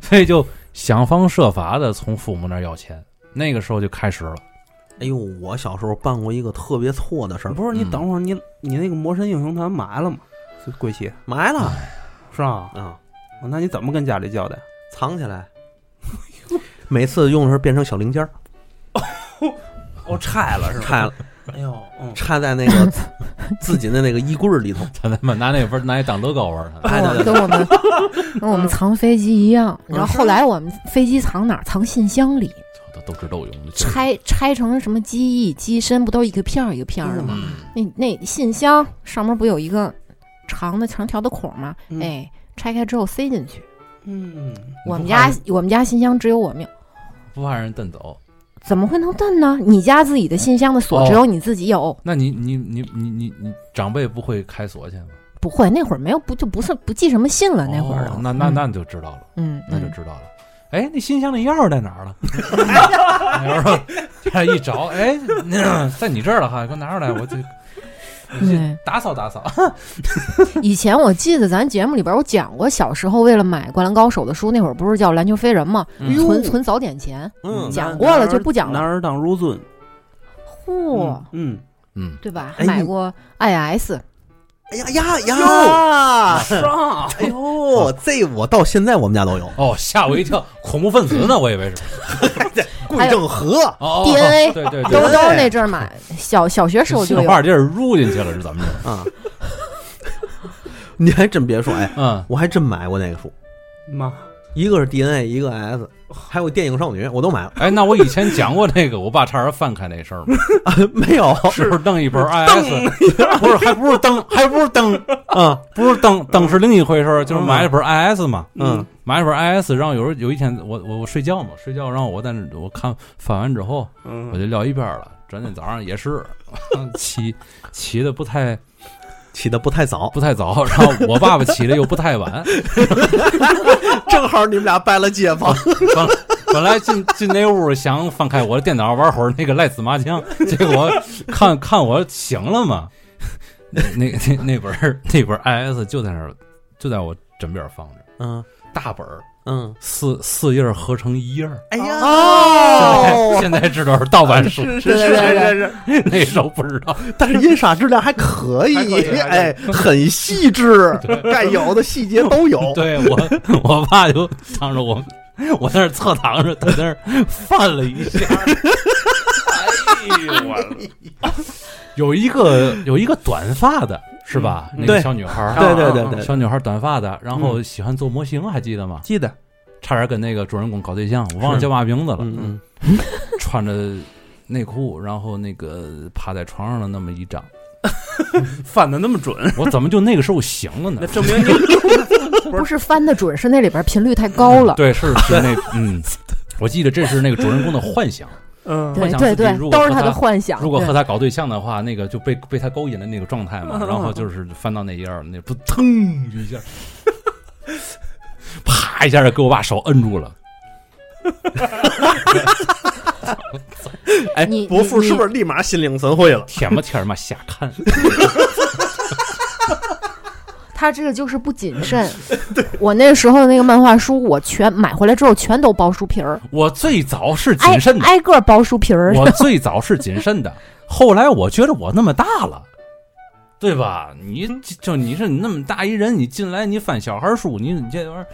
A: 所以就想方设法的从父母那儿要钱。那个时候就开始了，
C: 哎呦，我小时候办过一个特别错的事儿，
D: 不是嗯你等会儿你你那个魔神英雄团买了吗？这贵气
C: 埋了
D: 是吧？
C: 啊，
D: 哦那你怎么跟家里交代？
C: 藏起来。每次用的时候变成小零件儿，
D: 哦，拆了是吧？
C: 拆了，
D: 哎呦，嗯，
C: 插在那个自己的那个衣柜儿里头。
A: 他他妈拿那玩拿那当乐高玩儿呢。
C: 哎，对
B: 跟
C: 对对，
B: 我 们跟
C: 嗯
B: 我们藏飞机一样。然后
C: 是
B: 后来我们飞机藏哪儿？藏信箱里，
A: 都斗智斗勇的，
B: 拆拆成什么机翼、机身，不都一个片儿一个片儿的吗？
A: 嗯
B: 那那信箱上面不有一个长的长条的孔吗？
D: 嗯
B: 哎，拆开之后塞进去。
D: 嗯，
B: 我们家我们家信箱只有我们有，
A: 不怕人蹬走。
B: 怎么会能蹬呢？你家自己的信箱的
A: 哦
B: 锁只有你自己有，
A: 那你你你你你你长辈不会开锁去吗？
B: 不会那会儿没有不就不是不记什么信了那会儿
A: 哦
B: 都。
A: 那那那你就知道了，
B: 嗯
A: 那就
B: 嗯
A: 知道了。哎，那信箱的钥匙在哪儿了？ 然后他一找，哎，那在你这儿了哈，给我拿出来，我这
B: 对，
A: 打扫打扫。
B: 嗯 以前我记得咱节目里边我讲过，小时候为了买《灌篮高手》的书，那会儿不是叫篮球飞人吗？
A: 嗯
C: 哎呦
B: 存存早点钱，
C: 嗯，
B: 讲过了就不讲了
D: 男儿当入樽，
B: 嚯、
D: 嗯，
A: 嗯，
B: 对吧？还
C: 哎
B: 买
C: 你
B: 过 IS，
C: 哎呀呀呀！
D: 嗯上，
C: 哎呦，这我到现在我们家都有，
A: 哦，吓我一跳，恐怖分子呢？我以为是
C: 桂正和。
A: 哦
B: DNA
A: 对对
B: 都
A: 对，
B: 都是那阵儿买，小小学时候
A: 新
B: 就
A: 手
B: 有
A: 把。这儿入进去了是怎么着？
C: 啊， 你还真别说，哎，
A: 嗯，
C: 我还真买过那个书，
D: 妈，
C: 一个是 DNA，一个 S，还有电影少女，我都买了。
A: 哎，那我以前讲过那个，我爸差点翻开那事儿嘛，
C: 啊、没有
A: 是不是弄一本 IS？不是，还不是登，还不是登，
C: 啊，
A: 不是登，登是另一回事儿，就是买了本 IS 嘛，
C: 嗯，
A: 买了本 IS，然后有时候有一天我我我睡觉嘛，睡觉，然后我在那我看翻完之后，
D: 嗯
A: 我就撂一边儿了。转天早上也是 起起的不太
C: 起的不太早，
A: 不太早， 然后我爸爸起的又不太晚，
C: 正好你们俩拜了街坊。
A: 本本来进 进那屋想翻开我的电脑玩会儿那个赖死麻将，结果看看我醒了嘛， 那那那那本儿那本 IS 就在那儿，就在我枕边儿放着，
C: 嗯
A: 大本儿
C: 嗯，
A: 四四页儿合成一页儿。
C: 哎呀，
A: 现在现在知道哦是盗版书，
C: 哦是
B: 对对对对
C: 是，
A: 那时候不知 道。
C: 但是印刷质量还可以
A: 还可以还可以，
C: 哎，很细致， 该有的细节都有。
A: 对我，我 爸就当着我，我在那儿侧躺着，他在那儿翻了一下。哎呦 我！有一个有一个短发的是吧？那个
C: 嗯对
A: 小女孩儿，啊
C: 对对对
D: 嗯
C: 嗯对，
A: 小女孩儿短发的，然后喜欢做模型，啊还记得吗？
D: 记得
A: 差点跟那个主人公搞对象，我忘了
C: 是
A: 叫嘛名字了。
C: 嗯嗯，
A: 穿着内裤，然后那个趴在床上的那么一张，
D: 翻的那么准，
A: 我怎么就那个时候醒了呢
D: 那？证明你
B: 不是翻的准，是那里边频率太高了。
A: 对，是是那 嗯，我记得这是那个主人公的幻想。
D: 嗯
A: 幻
B: 对
A: 想
B: 对
A: 自己如果
B: 对，都
A: 和
B: 是他
A: 他
B: 的幻想。
A: 如果
B: 对
A: 和他搞对象的话，那个就被被他勾引的那个状态嘛，然后就是翻到那一页儿，那不腾就一下，啪一下就给我把手摁住了。
C: 哎
B: 你，
C: 伯父
B: 你
C: 是不是立马心领神会了？
A: 天吧天儿嘛，瞎看！
B: 他这个就是不谨 慎。我那时候那个漫画书，我全买回来之后全都包书皮儿，
A: 我最早是
B: 挨
A: 谨慎的，
B: 挨个包书皮儿。
A: 我最早是谨慎的，后来我觉得我那么大了。对吧？你就你是你那么大一人，你进来你翻小孩儿书，你你这玩意儿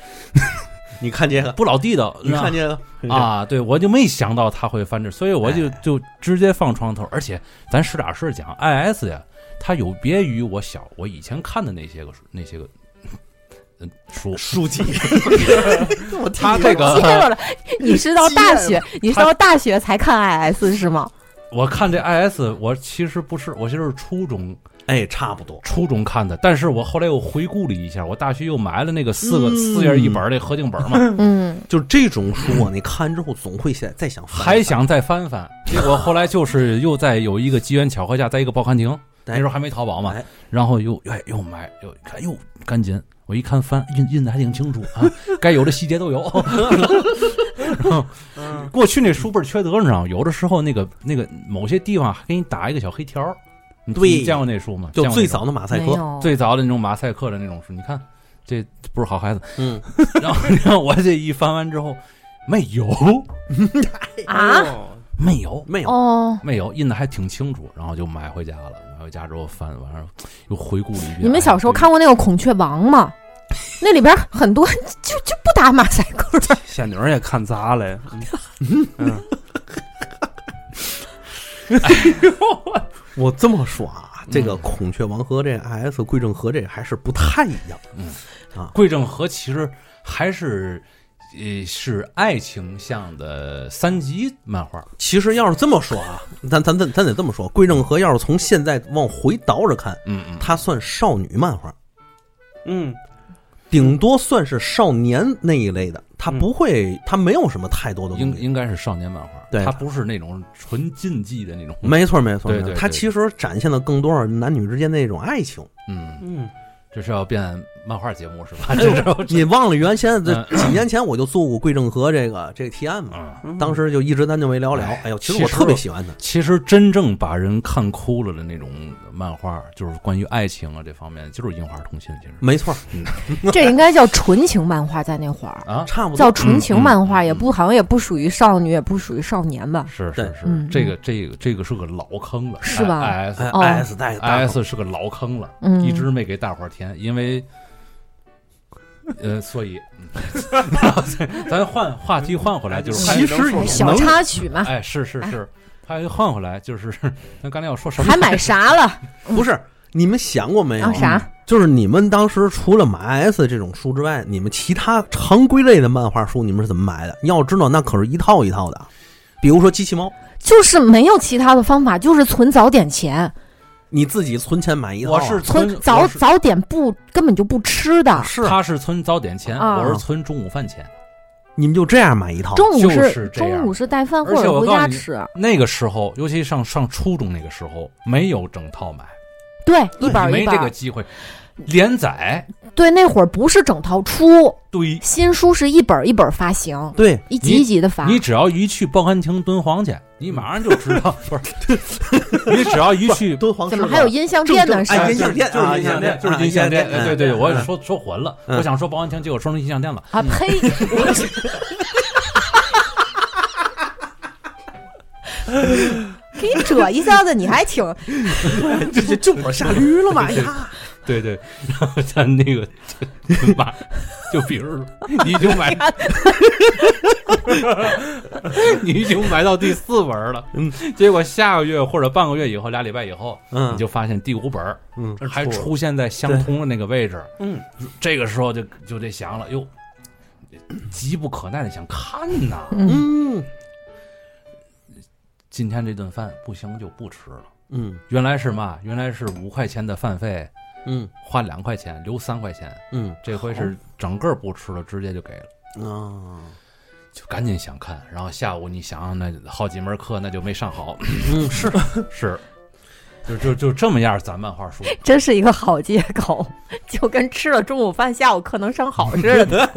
C: 你看见了？
A: 不老地道，
C: 你
A: 是吧
C: 看见了？
A: 啊，对，我就没想到他会翻这，所以我就
C: 哎
A: 就直接放床头。而且咱实打实讲，IS 呀，它有别于我小我以前看的那些个书那些个嗯书，
C: 书记，我听
A: 他
C: 你
A: 这
B: 接
A: 个
B: 着了，你是到大学，你是到大学才看 IS 是吗？
A: 我看这 IS，我其实不是，我就是初中
C: 哎，差不多。
A: 初中看的，但是我后来又回顾了一下，我大学又买了那个四个、
C: 嗯
A: 四页一本儿的合订本儿嘛，
B: 嗯，
C: 就这种书啊，你看完之后总会想再想翻
A: 还想再翻翻，结果后来就是又在有一个机缘巧合下，在一个报刊亭，那时候还没淘宝嘛
C: 哎，
A: 然后又哎又买又看又赶紧，我一看翻印印的还挺清楚 啊，该有的细节都有。然后
B: 嗯
A: 过去那书倍儿缺德，你知道吗？有的时候那个那个某些地方还给你打一个小黑条儿，你
C: 对
A: 你见过那书吗？
C: 就
A: 见过
C: 最
A: 那种
C: 早的马赛
B: 没
C: 克，
B: 有。
A: 最早的那种马赛克的那种书，你看这不是好孩子。
C: 嗯，
A: 然后然后我这一翻完之后，没有
D: 哎
B: 啊，
A: 哎没有，
C: 没有，
B: 哦，
A: 没有，印的还挺清楚，然后就买回家了。买回家之后翻，完了又回顾了一遍。
B: 你们小时候
A: 哎
B: 看过那个《孔雀王》 吗？那里边很多就就不打马赛克儿，
D: 仙女儿也看砸了呀，嗯，
C: 我这么说啊，这
A: 嗯
C: 个孔雀王和这 IS 桂正和这还是不太一样。
A: 桂正和其实还是呃是爱情向的三级漫画，
C: 其实要是这么说啊，咱咱咱咱得这么说，桂正和要是从现在往回倒着看，
A: 嗯嗯，
C: 它算少女漫画，
D: 嗯，
C: 顶多算是少年那一类的，它
D: 嗯
C: 不会，它没有什么太多的
A: 嗯应
C: 东西。
A: 应该是少年漫画，
C: 嗯对
A: 它不是那种纯禁忌的那种，
C: 没错，没
A: 嗯
C: 错，
A: 对
C: 没错
A: 对
C: 它
A: 对
C: 其实展现的更多是男女之间的那种爱情。
A: 嗯，
D: 嗯，
A: 这是要变漫画节目是嗯吧？
C: 哎呦
A: 这时 候
C: 你忘了原先这几年前我就做过桂正和这个这个提案嘛，
A: 嗯，
C: 当时就一直咱就没聊聊。哎呦，其实我
A: 其实
C: 特别喜欢他，
A: 其实真正把人看哭了的那种漫画，就是关于爱情啊这方面，就是《樱花童心》，其实
C: 没错，
B: 这应该叫纯情漫画，在那会儿
A: 啊，
C: 差不
B: 叫
C: 多。
B: 纯情漫画，
A: 嗯嗯
B: 也不好像也不属于少女，也不属于少年吧？
A: 是是
C: 对
A: 是
B: 嗯，
A: 这个这个这个是个老坑了，
B: 是吧
A: ？I S
C: 哎
B: 哦
C: I S 带
A: I S 是个老坑了，
B: 嗯，
A: 一直没给大伙儿填，因为。呃，所以， 嗯咱换话题换回来，就是
C: 其实
B: 哎
C: 也
B: 小
C: 能
B: 插曲嘛，
A: 哎，是是是，还换回来就是， 咱刚才要说什么？
B: 还买啥了？
C: 不是你们想过没有
B: 啊？啥？
C: 就是你们当时除了买 I S 这种书之外，你们其他常规类的漫画书你们是怎么买的？要知道那可是一套一套的，比如说机器猫，
B: 就是没有其他的方法，就是存早点钱，
C: 你自己存钱买一套
A: 我
C: 啊，
A: 是
B: 存
A: 存
B: 早
A: 我是
B: 早点不根本就不吃的。
C: 是
A: 他是存早点钱，
B: 啊
A: 我是存中午饭钱。
C: 你们就这样买一套，
B: 中午
A: 就是是这样
B: 中午是带饭或
A: 而且
B: 者
A: 我
B: 回
A: 告诉
B: 家
A: 你
B: 吃，
A: 那个时候，尤其上上初中那个时候，没有整套买，
B: 对，一
C: 对
B: 本儿
A: 没
B: 一
A: 这
B: 本
A: 个
B: 儿。
A: 机会。连载
B: 对，那会儿不是整套出，
A: 堆，
B: 新书是一本儿一本儿发行，
C: 对，
B: 一集一集的发。
A: 你只要一去报刊亭敦煌去，你马上就知道， 不是？你只要一去
C: 敦煌
B: 怎么还有音像店呢？
C: 正
B: 是
C: 正
B: 吧
C: 哎音像店
A: 就是
C: 啊
A: 音像店，
C: 啊
A: 就是
C: 音
A: 音
C: 像
A: 像
C: 店
A: 店。
C: 嗯
A: 对对对，我
C: 嗯
A: 说说混了，
C: 嗯
A: 我想说报刊亭，结果说成音像店
C: 哎
A: 了。
B: 啊呸！给你遮一下子，你还挺
C: 这这这我下 驴了嘛
A: 对
C: 呀！
A: 对对，然后咱那个买，就比如你已经买， 你已经买到第四本了，
C: 嗯，
A: 结果下个月或者半个月以后，俩礼拜以后，
C: 嗯
A: 你就发现第五本儿
C: 嗯
A: 还出现在相同的那个位置，
D: 嗯，
A: 这个时候就就得想了，哟，急不可耐的想看呐，
B: 嗯
C: 嗯
A: 今天这顿饭不行就不吃了。
C: 嗯
A: 原来是嘛？原来是五块钱的饭费，
C: 嗯
A: 花两块钱留三块钱，
C: 嗯
A: 这回是整个不吃了，直接就给了。
C: 啊
A: 就赶紧想看，然后下午你想想那好几门课那就没上好，
C: 嗯是
A: 是，就就就这么样攒漫画书，
B: 真是一个好借口， 就跟吃了中午饭，下午课能上好似 的。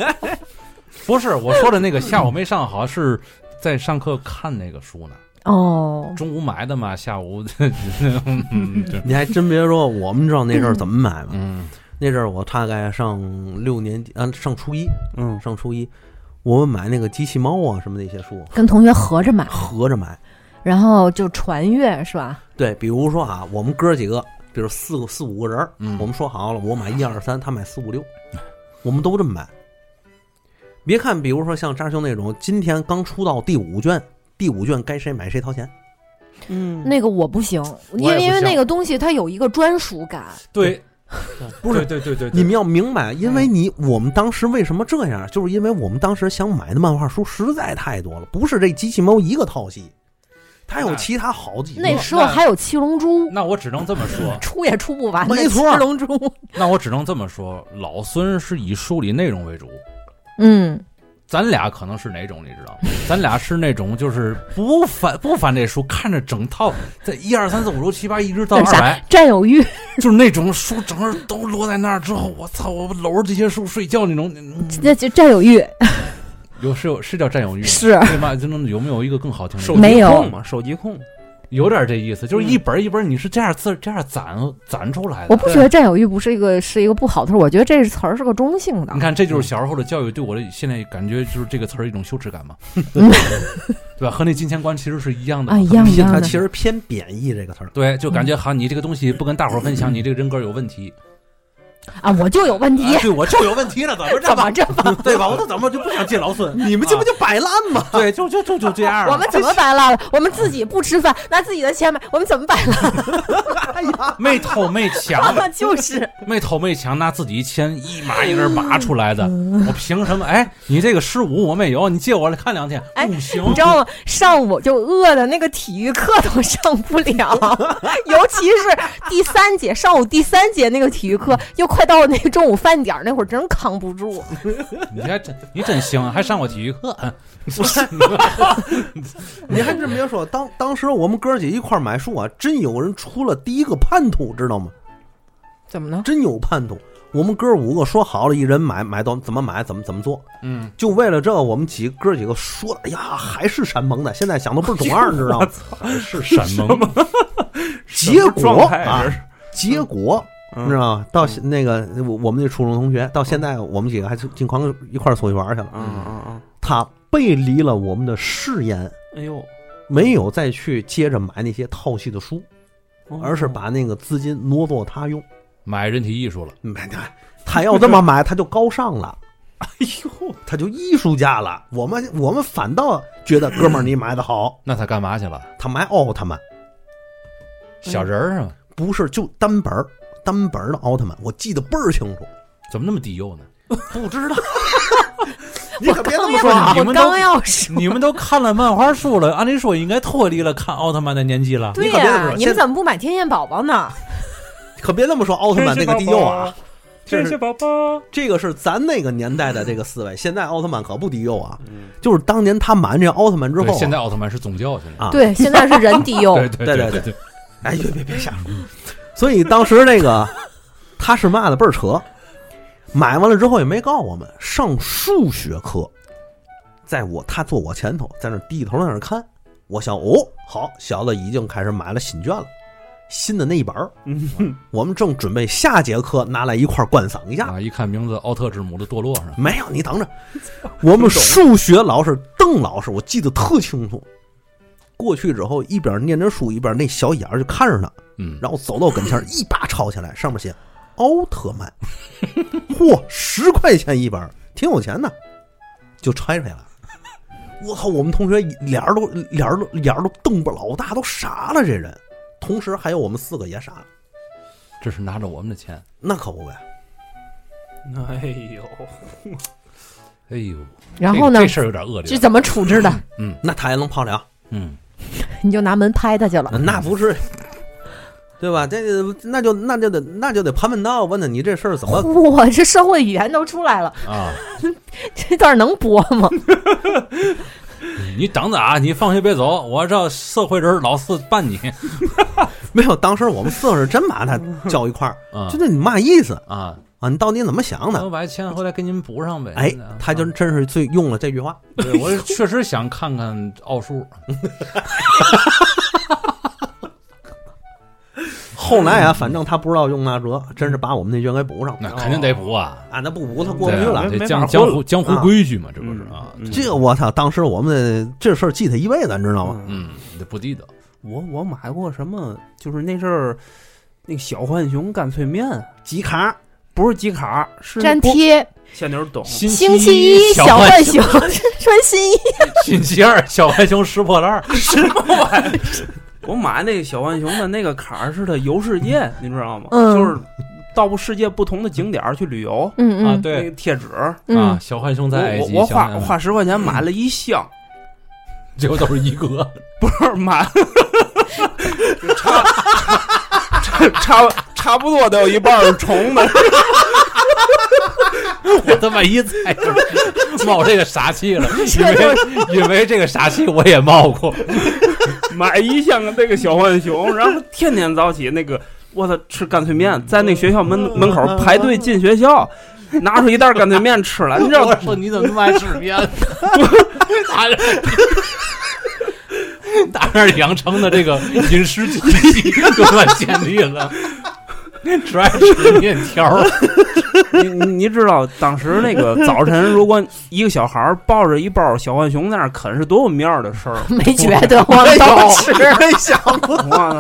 A: 不是我说的那个下午没上好是在上课看那个书呢，
C: 嗯
B: 哦，
A: 中午买的嘛，下午 嗯对
C: 你还真别说，我们知道那阵儿怎么买吗？
A: 嗯
C: 那阵儿我大概上六年级，啊，上初一，
D: 嗯，
C: 上初一，我们买那个机器猫啊什么那些书，
B: 跟同学合着买，
C: 合着买。
B: 然后就传阅是吧？
C: 对，比如说啊，我们哥几个，比如四个四五个人儿，
A: 嗯
C: 我们说好了，我买一二三，他买四五六，我们都这么买。别看，比如说像扎兄那种，今天刚出到第五卷，第五卷该谁买谁掏钱。
D: 嗯，
B: 那个我不行，因
A: 我也
B: 为
A: 不
B: 因为
A: 行
B: 那个东西它有一个专属感，
A: 对，
C: 不是
A: 对对对对，
C: 你们要明白，因为你我们当时为什么这样，就是因为我们当时想买的漫画书实在太多了，不是这机器猫一个套系，它有其他好几个。
B: 那时候还有七龙珠，
A: 那我只能这么说，
B: 出也出不完的
C: 没
B: 七
C: 错
B: 龙珠。
A: 那我只能这么说，老孙是以梳理内容为主。
B: 嗯，
A: 咱俩可能是哪种，你知道吗？咱俩是那种就是不翻不翻这书，看着整套，在一二三四五六七八一直到
B: 那
A: 二
B: 啥
A: 百，
B: 占有欲，
A: 就是那种书整个都摞在那儿之后，我操，我搂着这些书睡觉那种，嗯
B: 那就占有欲
A: 有是有是叫占有欲吗，
B: 是
A: 对吧？就能有没有一个更好听的
D: 手
A: 说
D: 机
A: 法？
B: 没有
D: 控嘛，手机 控，
A: 有点这意思，就是一本一本你是这样字这样攒攒出来
B: 我
A: 的。
B: 不觉得占有欲不是一个是一个不好的词儿，我觉得这词儿是个中性的
A: 你。看，这就是小时候的教育对我的现在感觉就是这个词儿一种羞耻感 嘛，
B: 嗯
A: 对吧？和那金钱观其实是一样的
B: 啊，
A: 嘛
B: 一样一
C: 偏
B: 样
C: 它
B: 的
C: 其。实偏贬义这个 词儿。
A: 对，就感觉好像你这个东西不跟大伙儿分享，你这个人格有问 题。
B: 啊，我就有问题，
C: 哎对，我就有问题了，怎么
B: 怎么这么？
C: 对吧？我都怎么就不想进劳孙？你们这不就摆烂吗？
A: 对，就就就就这样
B: 我们怎么摆烂了？我们自己不吃饭，拿自己的钱买，我们怎么摆
A: 没偷没 抢，
B: 烂？就是
A: 没偷没抢，拿自己钱一码一根拔出 来的，我凭什么？哎，你这个十五我没有，你借我来看两天，
B: 哎
A: 不行
B: 你，知道吗？上午就饿的那个体育课都上不了， 尤其是第三节，上午第三节那个体育课又快到那个中午饭点儿，那会儿真扛不住。
A: 你还真你真行，还上过体育课，
C: 你还真别说，当当时我们哥儿几一块儿买书啊，真有人出了第一个叛徒，知道吗？
B: 怎么呢？
C: 真有叛徒。我们哥五个说好了，一人买买到怎么买怎么怎么做，
A: 嗯，
C: 就为了这，我们几哥几个说的，哎呀，还是山盟的，现在想都倍儿中二，你知道吗？
A: 是闪 蒙，
C: 结
D: 什么
C: 果
D: 状态
C: 啊
D: 这是，
C: 结果
D: 嗯
C: 你知道吗？到现那个我我们那初中同学，到现在我们几个还去经常一块儿出去玩去了。
D: 嗯嗯嗯，
C: 他背离了我们的誓言，
D: 哎呦，
C: 没有再去接着买那些套系的书，
D: 哦
C: 而是把那个资金挪作他用。
A: 买人体艺术了，
C: 嗯买他， 他要这么买，他就高尚了，
D: 哎 呦，
C: 他就艺术家了。我们我们反倒觉得哥们儿你买的 好，
A: 那他干嘛去了？
C: 他买奥特曼
A: 小人儿啊，
C: 不是就单本儿单本儿的奥特曼，我记得倍儿清楚。
A: 怎么那么低幼呢？
C: 不知道， 你可别这么
A: 说
C: 说
A: 啊
C: 啊！
A: 你
B: 我
A: 们都
B: 刚 要说，
A: 你们都看了漫画书了，按理说应该脱离了看奥特曼的年纪了。
B: 对
C: 你可别这么
B: 呀、
C: 说
B: 你们
C: 现在
B: 怎么不买天线宝宝呢？
C: 可别这么说奥特曼那个地幼啊，这是
D: 宝宝，
C: 这个是咱那个年代的这个思维。现在奥特曼可不低幼啊，
D: 嗯，
C: 就是当年他买完这奥特曼之
A: 对
C: 后啊，
A: 现在奥特曼是宗教，现在
C: 啊
B: 对，现在是人低幼，
A: 哦对对
C: 对
A: 对
C: 对
A: 对，
C: 哎，别别别瞎说。所以当时那个他是嘛的倍儿扯，买完了之后也没告我们，上数学课，在我他坐我前头，在那儿低头在那儿看，我想哦，好，小子已经开始买了新卷了，新的那一本儿，
D: 嗯，
C: 我们正准备下节课拿来一块儿观赏一下。
A: 啊！一看名字，奥特之母的堕落是吧？
C: 没有，你等着，我们数学老师邓老师，我记得特清楚。过去之后，一边念着书，一边那小眼儿就看着他，
A: 嗯，
C: 然后走到跟前儿，一把抄起来，上面写“奥特曼”，嚯，十块钱一本儿，挺有钱的，就揣出来了。我靠，我们同学脸儿都脸儿都脸儿都瞪不老大，都傻了，这人。同时还有我们四个也傻了，
A: 这是拿着我们的钱，
C: 那可不呗。
D: 哎呦，
A: 哎呦，
B: 然后呢
A: 这，事儿有点恶
B: 这
A: 劣，
B: 怎么处置的？
C: 那他也能跑了，
A: 嗯，
B: 你就拿门拍他去了。
C: 那不是，对吧？这那就那就得那就得盘问到，问他你这事儿 怎么
B: 哇，这社会语言都出来了，
A: 啊，
B: 这段能播吗？
A: 你等着啊，你放学别走，我这社会人老四办你
C: 没有？当时我们四个人真把他叫一块儿，
A: 啊
C: 就那你嘛意思
A: 啊！
C: 啊？你到底怎么想的？
A: 我把钱回来给您补上呗。
C: 哎
A: 真的，
C: 他就真是最用了这句话。
A: 对 我确实想看看奥数，
C: 后来啊，反正他不知道用那辙，真是把我们那卷给补上了
A: 那肯定得补啊，
C: 啊！那不补他过不
A: 对
C: 去
A: 啊，
C: 了。
A: 这
D: 没
A: 江
D: 法
A: 江
D: 混
A: 湖江湖
C: 啊
A: 规矩嘛，这不是
D: 嗯
A: 啊？
D: 嗯
C: 这个我操！当时我们这事儿记他一辈子，你知道吗？
D: 嗯
A: 嗯，这不地道。
D: 我我买过什么？就是那阵儿，那个小浣熊干脆面，
C: 集卡
D: 不是鸡卡，是那
B: 粘
D: 锅。
B: 贴，
D: 小牛懂，
A: 星
B: 星期
A: 期
B: 一小
A: 浣
B: 浣熊 穿新衣，
A: 星期二小浣熊拾破烂儿，
D: 我买那个小浣熊的那个卡是它游世界，你知道吗？
B: 嗯
D: 就是到不世界不同的景点儿去旅游，
A: 啊
B: 嗯嗯，
D: 那
A: 对
D: 个贴纸，
A: 啊，
B: 嗯，
A: 小浣熊
D: 我
A: 在埃及，
D: 我我花
A: 想想
D: 花十块钱买了一箱，
A: 结果都是一个，
D: 不是买，嗯差差差差不多得有一半儿是虫的，
A: 我他妈一猜 就是冒这个傻气了，因为因为这个傻气我也冒过，
D: 买一箱那个小浣熊，然后天天早起那个，我操，吃干脆面，在那学校门
B: 嗯
D: 门口排队进学校，拿出一袋干脆面吃了，你知道
A: 我说你怎么那么爱吃面？ 他打那儿养成的这个饮食体系就算建立了， 只爱吃面条儿，
D: 你你你知道当时那个早晨，如果一个小孩儿抱着一包小浣熊在那儿啃，是多有面儿的事儿！啊
B: 嗯没觉得，我们都吃。
C: 没想过，
D: 哇，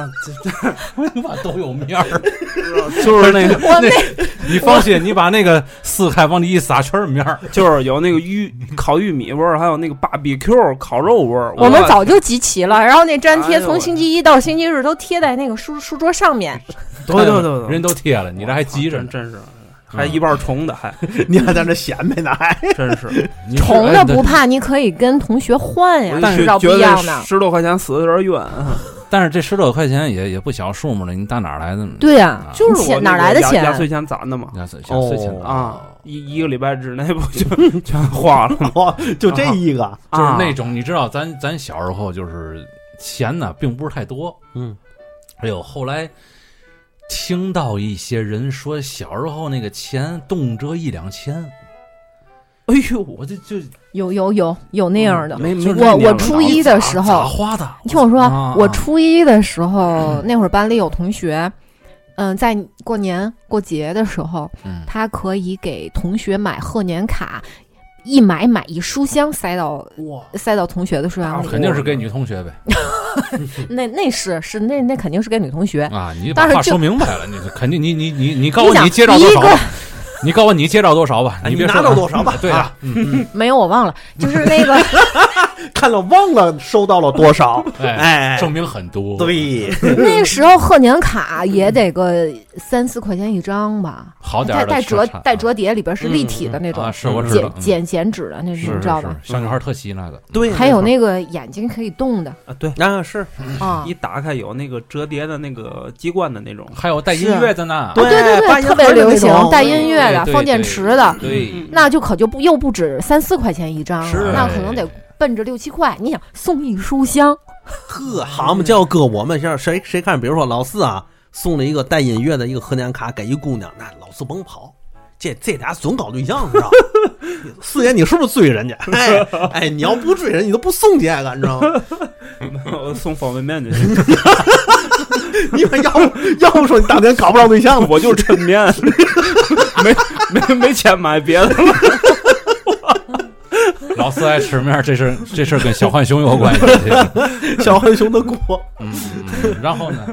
A: 他妈都有面儿。
D: 就是那个，
B: 我那
A: 你放心，你把那个撕开往里一撒，全是面儿。
D: 就是有那个玉烤玉米味儿，还有那个 BBQ 烤肉味儿。
B: 我们早就集齐了，然后那粘
D: 啊哎
B: 贴
D: 呦
B: 从
D: 我
B: 星期一到星期日都贴在那个书书桌上面，
D: 对对对 对，
A: 人都贴了，你这还急着
D: 真
A: 呢？
D: 真是，还一半 虫的，还
A: 嗯
C: 你还在那显摆呢，哎还
D: 真是，
A: 你说
B: 虫
A: 哎
B: 的不怕，你可以跟同学换呀
D: 我，
B: 知
D: 就
B: 道不
D: 觉
B: 一
D: 得
B: 样嗯的。
D: 十多块钱死的有点啊冤。
A: 但是这十多块钱也也不小数目了，你打哪儿来的呢？
B: 对呀
A: 啊，，
D: 就是我
B: 钱
D: 那
B: 哪
D: 个
B: 来的
D: 压压岁
B: 钱？
D: 钱攒的嘛，
A: 压岁压岁钱
C: 哦
D: 啊，一一个礼拜之内不 就全花了吗？
C: 哦，就这一个，
A: 就是
D: 啊
A: 那种你知道，咱咱小时候就是钱呢，并不是太多。
C: 嗯，
A: 哎呦，后来听到一些人说小时候那个钱动辄一两千，
D: 哎呦，
A: 我就就
B: 有有有有那样的。
D: 没没
A: 就是
B: 我
D: 概念
B: 我
D: 了
B: 初一的时
A: 咋
B: 候，
A: 花的？
B: 你听我说，
A: 嗯啊嗯
B: 我初一的时候，那会儿班里有同学，嗯，在过年过节的时候，
A: 嗯
B: 他可以给同学买贺年卡，一买买一书箱塞到
D: 哇，
B: 塞到同学的书箱里。
A: 肯定是给女同学呗
B: 那那是是那那肯定是给女同学。
A: 啊！你把
B: 但是
A: 话
B: 就
A: 说明白了，你肯定你你你你告诉我
B: 想
A: 你介绍多
B: 一
A: 少
B: 个
A: 吧，你告诉我你介绍多少吧，别
C: 哎你
A: 说
C: 拿到多少吧啊
A: 嗯对呀，嗯
B: 没有我忘了，就是 那个
C: 看了忘了收到了多少，
A: 哎，
C: 哎，
A: 证明很多，
C: 对，
B: 那时候贺年卡也得个三四块钱一张吧，
A: 好哦点
B: 带
A: 儿的
B: 带折
A: 差啊差
B: 带折叠，里边是立体的那种
A: 啊，，是我知道
B: 剪，
A: 嗯
B: 剪剪纸的那
A: 是
B: 种，
A: 是
B: 你知道吧？嗯
A: 是小女孩特稀那个，
C: 对
B: 还有那个眼睛可以动的
D: 啊对，
C: 啊是
B: 啊
A: 嗯
D: 一，打开有那个折叠的那个机关的那 种，
A: 还有带音乐在那，
C: 对
B: 啊对对
C: 八
B: 对，
C: 音
B: 特别
C: 盒的
B: 流
C: 那
B: 行
C: 种，
B: 带音乐的，
A: 哎对
B: 放电池的，
A: 对，
D: 嗯
B: 那就可就不又不止三四块钱一张
C: 是
B: 了，
A: 啊
B: 那可能得
A: 哎
B: 奔着六七块。你想送一书箱，
C: 呵，蛤蟆叫哥，我们像谁谁看，比如说老四啊，送了一个带音乐的一个贺年卡给一姑娘，那老四甭跑。这这俩总搞对象，知 道吧？四爷，你是不是追人家？哎哎，你要不追人，你都不送这个，你知道 吗？
D: 我送方便面就行，
C: 你们要不要不说你当年搞不着对 象 了，
D: 我就抻面， 没没没钱买别的了。
A: 老四爱吃面，这事儿这事儿跟小浣熊有关系。
C: 小浣熊的锅，
A: 嗯，嗯然后呢，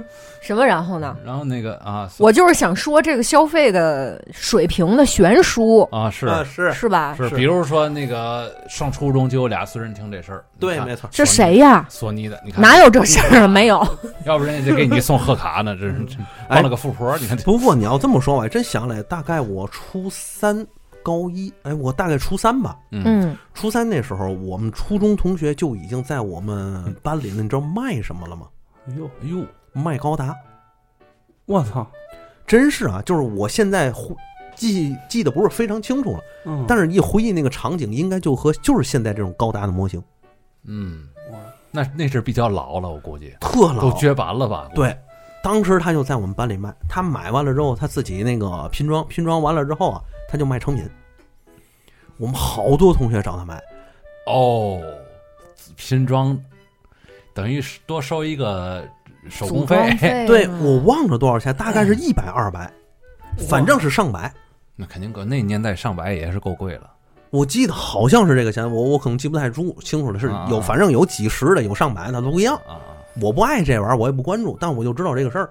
B: 什么然后呢？
A: 然后那个啊，
B: 我就是想说这个消费的水平的悬殊，
A: 啊是
C: 啊是
B: 是吧？
A: 是，
C: 是
A: 比如说那个上初中就有俩私人听这事儿，
C: 对
A: 你看
C: 没错
B: 这谁？呀？
A: 索尼的，你看
B: 哪？有这事儿啊？没有，
A: 要不人家就给你送贺卡呢，这
C: 嗯
A: 是这
C: 哎
A: 当了个富婆，你看这
C: 不过你要这么说，我还真想起来，大概我初三、高一，哎，我大概初三吧。
A: 嗯
B: 嗯，
C: 初三那时候，我们初中同学就已经在我们班里了。你知道卖什么了吗？
D: 哟，
A: 哟
C: 卖高达，
D: 哎我操！
C: 真是啊！就是我现在回记记得不是非常清楚了，
D: 嗯
C: 但是一回忆那个场景，应该就和就是现在这种高达的模型
A: 嗯
D: 哇，
A: 那那阵儿比较老了，我估计
C: 特
A: 都
C: 老。
A: 绝版了吧？
C: 对，当时他就在我们班里卖，他买完了之后，他自己那个拼装，拼装完了之后啊，他就卖成品。我们好多同学找他买，
A: 哦，拼装等于是多收一个手工
B: 组装
A: 费，
B: 费嗯
C: 对
B: 嘛
C: 我忘了多少钱，大概是一百二百，反正是上百。
A: 那肯定够。那年代上百也是够贵了。
C: 我记得好像是这个钱，我我可能记不太住清楚了，是
A: 啊
C: 有反正有几十的，有上百的都不一样。
A: 啊啊！
C: 我不爱这玩意儿，我也不关注，但我就知道这个事儿。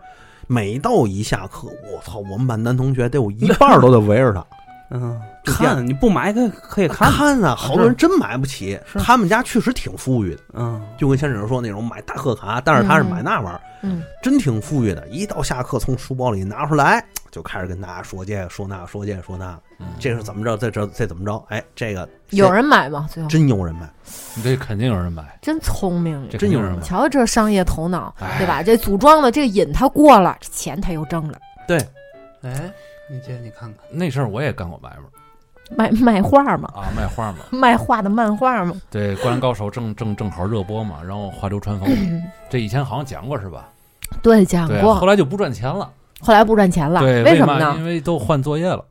C: 每到一下课，我操，我们班男同学得有一半儿都得围着他
D: 嗯，
C: 就这样
D: 看你不买可以可以看，
C: 看啊，好多人真买不起。
D: 是
C: 他们家确实挺富裕的，
D: 嗯，
C: 就跟先生说那种买大贺卡，但是他是买那玩意儿，
B: 嗯，
C: 真挺富裕的。一到下课，从书包里拿出来，就开始跟大家说这个说那说这个说那，
A: 嗯
C: 这是怎么着，这这这怎么着？哎，这个
B: 有人买吗？最后
C: 真有人买，
A: 你这肯定有人买，
B: 真聪明，
A: 这肯
C: 真
A: 定
C: 有人
A: 人
C: 买
A: 买。
B: 瞧这商业头脑，
A: 哎
B: 对吧？这组装的这个瘾他过了，这钱他又挣了，
D: 哎，你姐你看看，
A: 那阵儿我也干过买卖
B: 卖卖画嘛，
A: 啊，卖画 嘛。
B: 卖画的漫画嘛，
A: 对，《灌篮高手正》正正好热播嘛，然后画流川枫，这以前好像讲过是吧？
B: 对，讲
A: 对，啊
B: 过，
A: 后来就不赚钱了。
B: 后来不赚钱了，
A: 对，
B: 为什
A: 什
B: 么
A: 因
B: 呢？
A: 为都换作业了。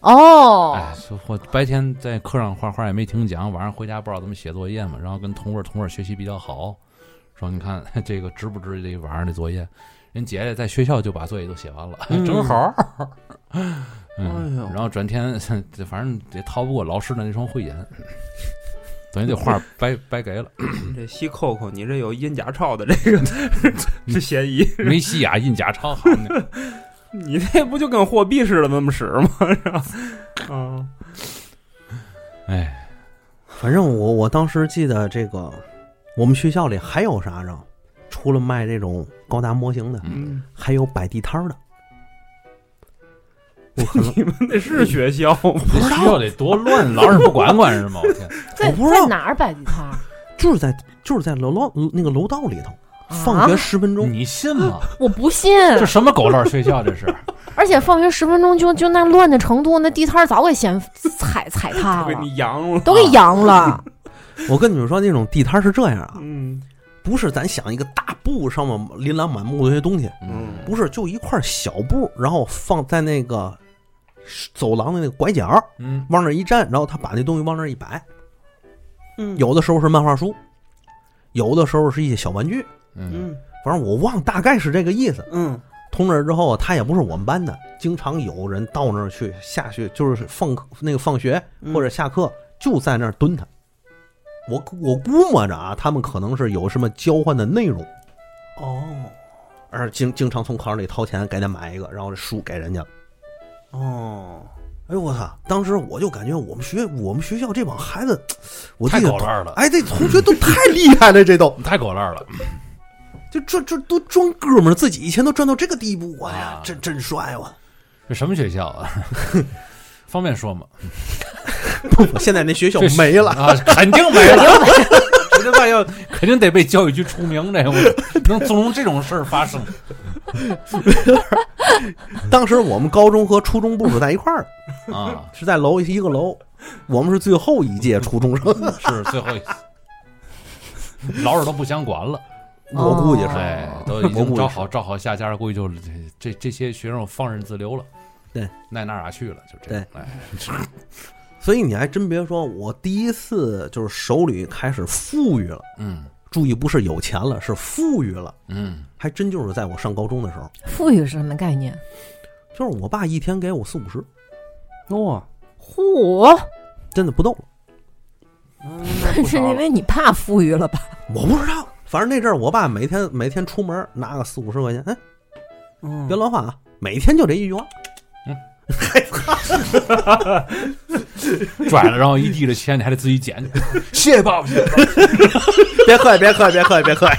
B: 哦，
A: 哎，所以我白天在课上画画也没听讲，晚上回家不知道怎么写作业嘛，然后跟同位同位学习比较好，说你看这个值不值这晚上的作业？人姐姐在学校就把作业都写完了，
D: 嗯
A: 正好儿。
D: 哎呦
A: 嗯，然后转天这反正也逃不过老师的那双慧眼，等于这画儿白白给了。
D: 你这西扣扣，你这有印假钞的这个 这嫌疑，
A: 梅西亚啊印假超好呢。
D: 你这不就跟货币似的那么使吗？是吧？ 嗯，
A: 哎，
C: 反正我我当时记得这个，我们学校里还有啥呢？除了卖这种高达模型的，
A: 嗯，
C: 还有摆地摊儿的。我可能
D: 你们那是学校吗？
A: 这学校得多乱，老师不管管是吗？我 天，
B: 在
C: 我不知道
B: 在哪儿摆地摊儿？
C: 就是在就是在楼楼那个楼道里头， 放
B: 啊
C: 学十分钟，
A: 你信吗？
B: 我不信，
A: 这什么狗烂学校这是？
B: 而且放学十分钟就就那乱的程度，那地摊儿早给掀踩踩踏
D: 都给
B: 了，
D: 你扬了，
B: 都给扬
C: 啊
B: 了。
C: 我跟你们说，那种地摊儿是这样啊，
D: 嗯
C: 不是咱想一个大布上面琳琅满目的一些东西，
D: 嗯
C: 不是就一块小布，然后放在那个走廊的那个拐角，
A: 嗯，
C: 往那儿一站，然后他把那东西往那儿一摆。
D: 嗯
C: 有的时候是漫画书，有的时候是一些小玩具，
A: 嗯
D: 嗯
C: 反正我忘，大概是这个意思。
D: 嗯
C: 通这儿之后，他也不是我们班的，经常有人到那儿去下去，就是放那个放学
D: 嗯
C: 或者下课就在那儿蹲他。我我估摸着啊，他们可能是有什么交换的内容，
D: 哦
C: 而经经常从考场里掏钱给他买一个，然后这书给人家了。
D: 哦，
C: 哎呦我操！当时我就感觉我们学我们学校这帮孩子，我
A: 太
C: 这个
A: 狗烂了，
C: 哎，这同学都太厉害了，这都
A: 太狗烂了，
C: 就这这都装哥们儿，自己以前都赚到这个地步，哎呀
A: 啊，
C: 真真帅我！
A: 这什么学校 啊？方便说吗？
C: 不不，现在那学校
A: 这是
C: 没了，
A: 啊，肯定没 了，这他妈要肯定得被教育局除名，这我能纵容这种事儿发生？
C: 当时我们高中和初中部是在一块儿的，
A: 啊，
C: 是在楼一个楼，我们是最后一届初中生，
A: 是最后一次，老师都不想管了，
B: 哦
C: 我估计是。
A: 哎，都已
C: 我估
A: 经
C: 计
A: 找
C: 是
A: 好找好下家，估计就这这些学生放任自流了，
C: 对，
A: 奈哪哪去了，就这样，哎，
C: 所以你还真别说，我第一次就是手里开始富裕了，
A: 嗯
C: 注意不是有钱了，是富裕了，
A: 嗯，
C: 还真就是在我上高中的时候，
B: 富裕是什么概念？
C: 就是我爸一天给我四五十，
D: 哇，
B: 嚯，
C: 真的不逗了。
D: 嗯
B: 那是 因为你怕富裕了吧？
C: 我不知道，反正那阵儿我爸每天每天出门拿个四五十块钱，哎，别
D: 原
C: 乱花啊，每天就这一句话。
A: 拽了，然后一地的钱，你还得自己捡 去，谢谢爸爸，谢谢爸
C: 别客气，别客气，别客气，别客气。
A: 爸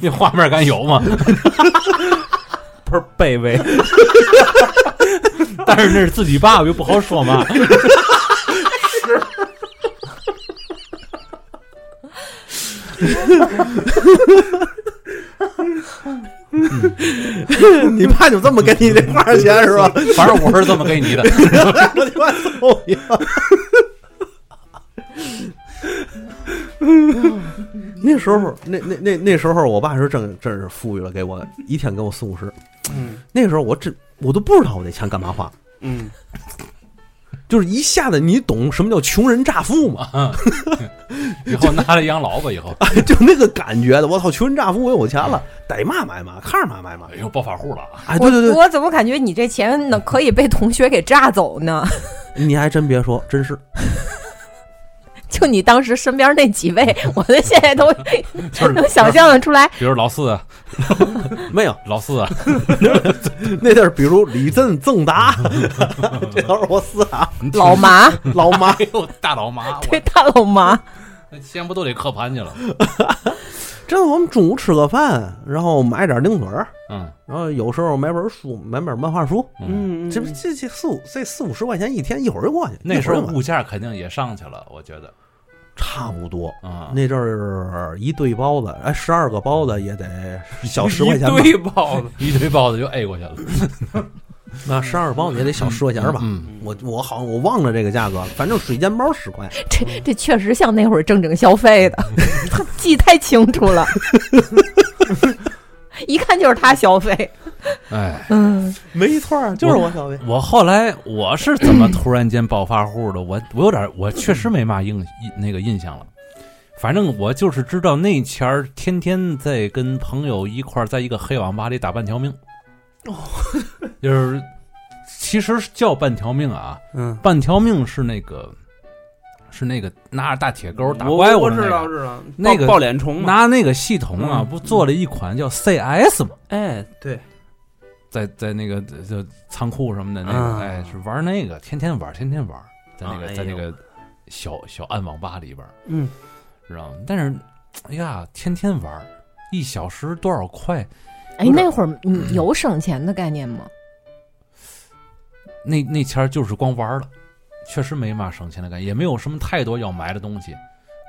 A: 那画面感有吗？
D: 不是卑微，
A: 但是那是自己爸爸，又不好说 嘛，
C: 你爸就这么给你这花 钱是吧？
A: 反正我是这么给你的，
C: 我他妈揍你！ 那时候，那那那那时候，我爸是真真是富裕了，给我一天给我四五十。
D: 嗯
C: 那时候我真我都不知道我这钱干嘛花，
D: 嗯
C: 就是一下子你懂什么叫穷人乍富吗？
A: 以后拿来养老吧，以后，
C: 就那个感觉的，我操，穷人乍富，我有钱了，逮嘛买嘛，看着嘛买嘛
A: 哎。呦，暴发户了啊！
C: 哎，对对对
B: 我，我怎么感觉你这钱呢可以被同学给榨走呢？
C: 你还真别说，真是
B: 就你当时身边那几位，我们现在 都
A: 就是
B: 能想象得出来。
A: 比如老四啊，
C: 没有
A: 老四啊，
C: 那地儿，比如李振、赠达，这都是我四啊，
A: 你听
B: 老麻，
C: 老妈
A: 哎呦，大老 妈，我
B: 对大老麻，
A: 那钱不都得磕盘去了？
C: 真的，我们中午吃个饭，然后买点零嘴儿，
A: 嗯
C: 然后有时候买本书，买本漫画书，
A: 嗯，
D: 嗯，
C: 这不这这四五这四五十块钱一天，一会儿就过去。
A: 那时候
C: 一会儿就
A: 物价肯定也上去了，我觉得
C: 差不多，
A: 啊，
C: 那阵儿一对包子，哎，十二个包子也 得小十块钱吧
D: 一，堆包子，
A: 一堆包子就 A 过去了，
C: 那十二包子也得小十块钱吧。
A: 嗯，
C: 我我好像我忘了这个价格，反正水煎包十块，
B: 这这确实像那会儿正经消费的，他记太清楚 了，一看就是他消费。
A: 哎，
B: 嗯，
C: 没错儿，就是我小薇。
A: 我后来我是怎么突然间暴发户的？我我有点，我确实没嘛印印那个印象了。反正我就是知道那前儿天天在跟朋友一块儿在一个黑网吧里打半条命，哦，就是其实叫半条命啊，
D: 嗯，
A: 半条命是那个是那个拿着大铁钩打
D: 我
A: 怪物
D: 我
A: 的那
D: 知
A: 个
D: 道知道，
A: 那个
D: 爆爆脸虫嘛，
A: 拿那个系统啊，
D: 嗯
A: 不做了一款叫 CS 嘛，
D: 哎对，
A: 在在那个就仓库什么的那
D: 啊
A: 个，哎，是玩那个，天天玩，天天玩，在那
D: 哎
A: 个
D: 呦
A: 在那个小小暗网吧里边，
D: 嗯
A: 知道吗？但是，哎呀，天天玩，一小时多少块？
B: 哎，那会儿你有省钱的概念吗？
A: 那那前儿就是光玩了，确实没嘛省钱的感觉，也没有什么太多要买的东西，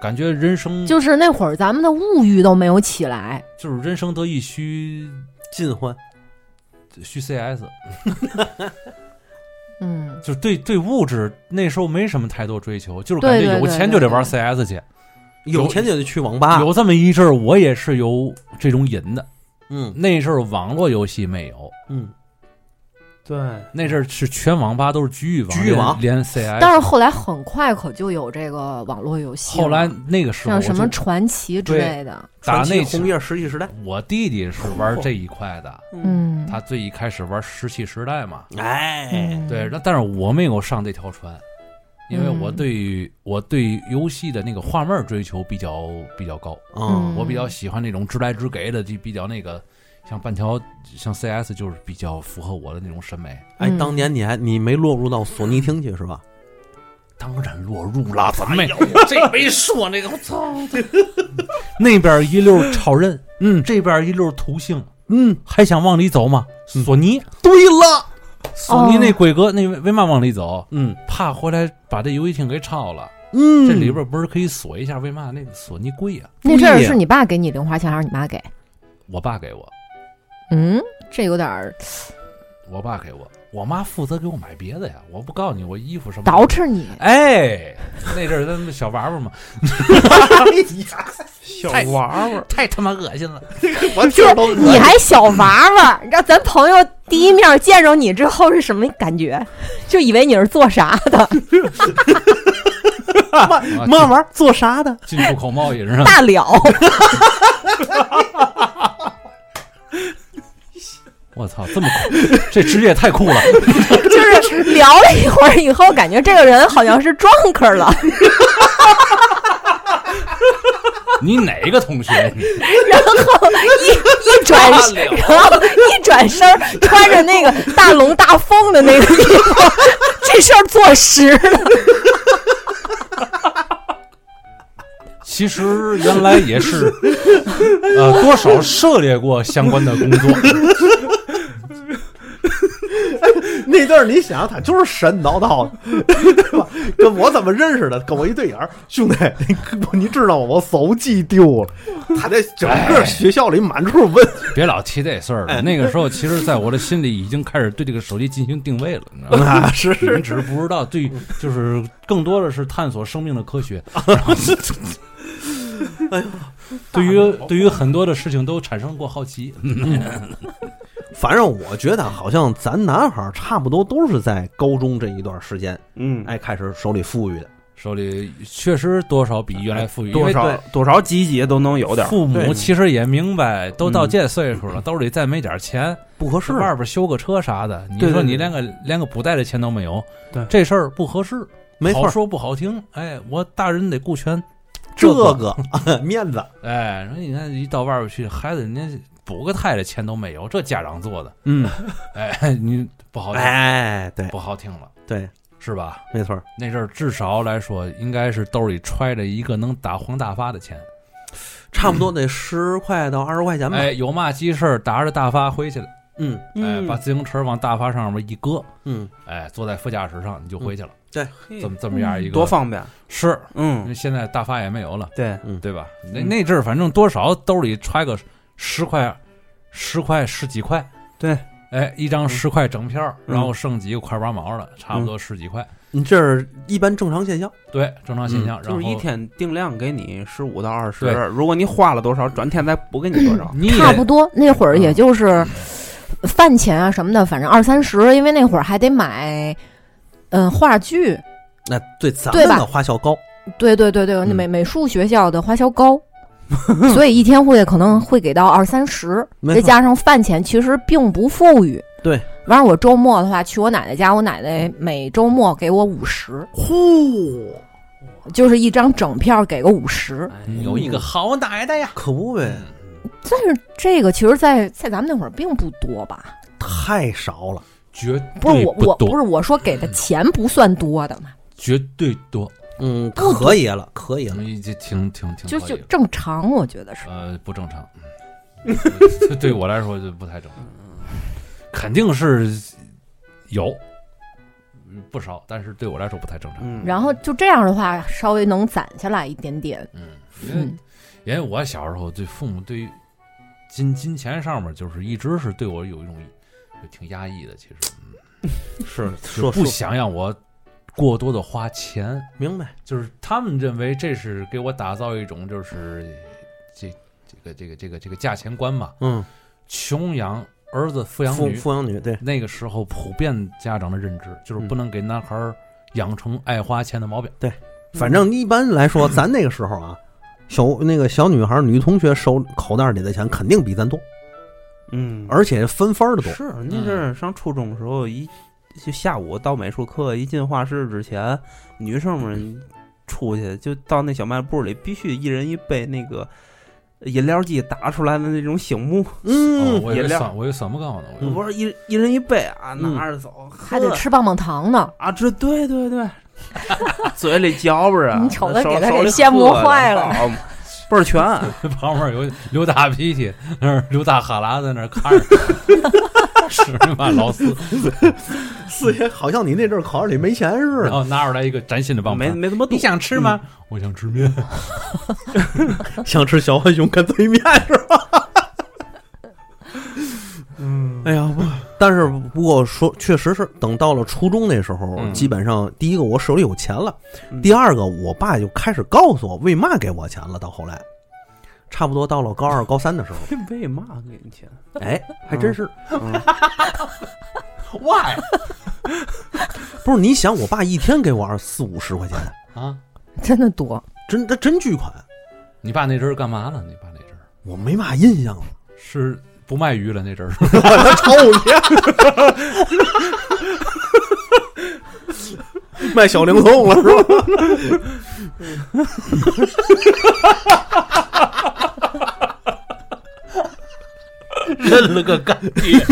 A: 感觉人生
B: 就是那会儿咱们的物欲都没有起来，
A: 就是人生得意须
C: 尽欢，
A: 须 CS，
B: 嗯，
A: 就是对对物质那时候没什么太多追求，就是感
B: 对
A: 觉
B: 对
A: 有
B: 对
A: 钱
B: 对
A: 就得玩
B: 对
A: CS 去。
D: 啊
C: 有钱就得去网吧。
A: 有这么一阵儿，我也是有这种瘾的，
C: 嗯
A: 那阵儿网络游戏没有，
C: 嗯，
D: 对，
A: 那阵儿是全网吧都是局域网，
C: 局域网
A: 连连 CS。
B: 但是后来很快可就有这个网络游戏了，
A: 后来那个时候我
B: 像什么
A: 就
B: 传奇之
C: 对
B: 类的，
A: 打
C: 传奇
A: 那
C: 红叶石器时代，
A: 我弟弟是玩这一块的，
B: 嗯，
A: 他最一开始玩《石器时代》嘛，
C: 哎，
B: 嗯
A: 对，那但是我没有上这条船，因为我对于、我对于游戏的那个画面追求比较比较高，
C: 嗯
A: 我比较喜欢那种直来直给的，就比较那个像半条像 CS 就是比较符合我的那种审美。
C: 哎，
B: 嗯
C: 当年你还你没落入到索尼厅去是吧？
A: 当然落入了，怎么没？这没说那个，我操！那边一溜超人，嗯，这边一溜土星，
C: 嗯，
A: 还想往里走吗？索尼，
B: 哦
C: 对了，
A: 索尼那规格，那为为嘛往里走？
C: 嗯
A: 怕回来把这游戏厅给抄了。
C: 嗯，
A: 这里边不是可以锁一下？为嘛那个索尼贵呀、
B: 那阵儿
C: 嗯啊
B: 是你爸给你零花钱还是你妈给？
A: 我爸给我，
B: 嗯，这有点儿
A: 我爸给我，我妈负责给我买别的呀。我不告诉你，我衣服什么的
B: 捯饬你。
A: 哎，那阵儿咱们小娃娃嘛，
D: 小娃娃，
A: 太他妈恶心 了。
C: 我
B: 就
C: 听
B: 是
C: 都恶心
B: 你还小娃娃，你知道咱朋友第一面见着你之后是什么感觉？就以为你是做啥的，
A: 啊
C: 慢慢做啥的？
A: 进进出口贸易是吧？
B: 大了。
A: 我操，这么酷，这职业太酷了。
B: 就是聊了一会儿以后，感觉这个人好像是 drunk 了，
A: 你哪个同学你？
B: 然后一一转，然后一转身儿穿着那个大龙大凤的那个衣服， 这事儿坐实了。
A: 其实原来也 是，呃，多少涉猎过相关的工 作。
C: 那阵儿你想他就是神叨叨的， 对吧？跟我怎么认识的？跟我一对眼儿，兄弟，你你知道吗？我手机丢了，他在整个学校里满处问，
A: 别老提这事儿
C: 哎
A: 了。那个时候，其实在我的心里已经开始对这个手机进行定位了，你知道吗？
C: 啊，是
A: 你们只是不知道， 对，就是更多的是探索生命的科学。
C: 哎
A: 对于对于很多的事情都产生过好奇，
C: 反正我觉得好像咱男孩儿差不多都是在高中这一段时间，
D: 嗯，
C: 哎，开始手里富裕的。
A: 手里确实多少比原来富裕，因
D: 多
A: 为
D: 少
C: 对
D: 多少几节都能有点儿，
A: 父母
C: 对嗯
A: 其实也明白，都到这岁数了，兜里再没点钱，
C: 不合
A: 是外边修个车啥的，你
D: 对对
A: 说
D: 对
A: 你连个连个补带的钱都没有
D: 对，
A: 这事儿不合适，
C: 没错
A: 好
C: 儿，
A: 说不好听。哎，我大人得顾全
C: 这
A: 个
C: 个 面子，
A: 哎，说你看一到外边去，孩子人家补个胎的钱都没有，这家长做的，
C: 嗯，
A: 哎，你不好听，
C: 哎，对
A: 不好听了，
C: 对，
A: 是吧？
C: 没错儿，
A: 那阵儿至少来说，应该是兜里揣着一个能打黄大发的钱。
C: 差不 多得十块到二十块钱吧。
A: 哎，有嘛急事儿，打着大发回去了，
C: 嗯
A: 哎，把自行车往大发上面一搁，
C: 嗯，
A: 哎，坐在副驾驶上你就回去了。
D: 嘿
A: 这么这么样一个
D: 嗯多方便，
A: 是，因为
D: 嗯，
A: 现在大发也没有了，
D: 对，
A: 对吧？那
D: 嗯
A: 那阵儿反正多少兜里揣个十块、十块、十几块，
D: 对，
A: 哎，一张十块整票，
D: 嗯
A: 然后剩几个块八毛了，差不多十几
B: 嗯
A: 块，
C: 你这是一般正常现象。
A: 对，正常现象。然
D: 就
A: 后
D: 是一天定量给你十五到二十
A: 对，
D: 如果你花了多少，转天再补给你多少。
A: 你
B: 差
A: 也
B: 不多那会儿
C: 嗯
B: 也就是饭钱啊什么的，反正二三十，因为那会儿还得买。嗯，话剧，
C: 那对咱
B: 对
C: 们
B: 吧
C: 的花销高，
B: 对对对对，
C: 嗯
B: 那美美术学校的花销 高，所以一天会可能会给到二三十，
C: 没
B: 再
C: 错
B: 加上饭钱，其实并不富裕。
C: 对，
B: 完了我周末的话去我奶奶家，我奶奶每周末给我五十，
C: 呼，哎
B: 就是一张整票给个五十。
A: 有一个好奶奶呀。嗯
C: 嗯可不呗，
B: 但是这个其实在，在咱们那会儿并不多吧？
C: 太少了。
A: 绝
B: 不
A: 对嗯
B: 是我我
A: 多，
B: 是我说给的钱不算多的嘛，
A: 绝对多，
C: 嗯，可以了，可以了。
A: 你这挺挺挺
B: 就
A: 可以
B: 就
A: 了
B: 正常，我觉得是。
A: 呃不正 常，嗯这对我来说就不太正常，
B: 嗯
A: 肯定是有嗯不少，但是对我来说不太正常。
D: 嗯，
B: 然后就这样的话，稍微能攒下来一点点。
A: 嗯，因为
B: 嗯
A: 因为我小时候对父母对于金金钱上面就是一直是对我有一种挺压抑的，其实嗯
C: 是
A: 就
C: 说
A: 不
C: 说
A: 想让我过多的花钱，
C: 明白，
A: 就是他们认为这是给我打造一种就是这这个这个这个这个价钱观嘛，
C: 嗯，
A: 穷养儿子富养
C: 富
A: 女，
C: 富养女，对，
A: 那个时候普遍家长的认知就是
C: 嗯
A: 不能给男孩儿养成爱花钱的毛病。
C: 反正一般来 说，咱那个时候啊，小那个小女孩、女同学手口袋里的钱肯定比咱多，
D: 嗯，
C: 而且分番儿的多。
D: 是那阵儿上初中的时候，一就下午到美术课，一进画室之前，女生们出去就到那小卖部里，必须一人一杯那个饮料机打出来的那种醒目，
A: 哦
C: 嗯，
A: 我以为
D: 也亮
A: 三，我以为三不告呢，我以为
C: 嗯
D: 不是一一人一杯啊，
C: 嗯
D: 拿着走，
B: 还得
D: 喝
B: 吃棒棒糖呢。
D: 啊，这对对对，嘴里嚼巴着，
B: 你瞅他
D: 手
B: 给他
D: 手
B: 给
D: 里
B: 羡慕
D: 喝着
B: 坏了
D: 好 倍儿全。
A: 旁边有刘大脾气，那儿刘大哈喇在那儿看着， 是吧？老四，
C: 四爷，好像你那阵儿口袋里没钱似
A: 然
C: 的，
A: 后拿出来一个崭新的棒
D: 没
A: 棒，
D: 没这么多，
A: 想吃吗？我想吃面。
C: 想吃小浣熊干脆面是吧？
D: 嗯，
C: 哎呀，不，但是不过说，确实是等到了初中那时候，
A: 嗯
C: 基本上第一个我手里有钱了，
D: 嗯
C: 第二个我爸就开始告诉我为嘛给我钱了。到后来，差不多到了高二高三的时候，
D: 为嘛给你钱？
C: 哎，还真是，嗯
D: 嗯
A: Why
C: 不是你想，我爸一天给我二四五十块钱，
A: 啊？
B: 真的多，
C: 真这真巨款，
A: 你爸那阵儿干嘛呢？你爸那阵儿
C: 我没嘛印象了。
A: 是不卖鱼了那阵儿，
C: 他朝 我脸， 卖小灵通了是吧？
A: 认了个干爹。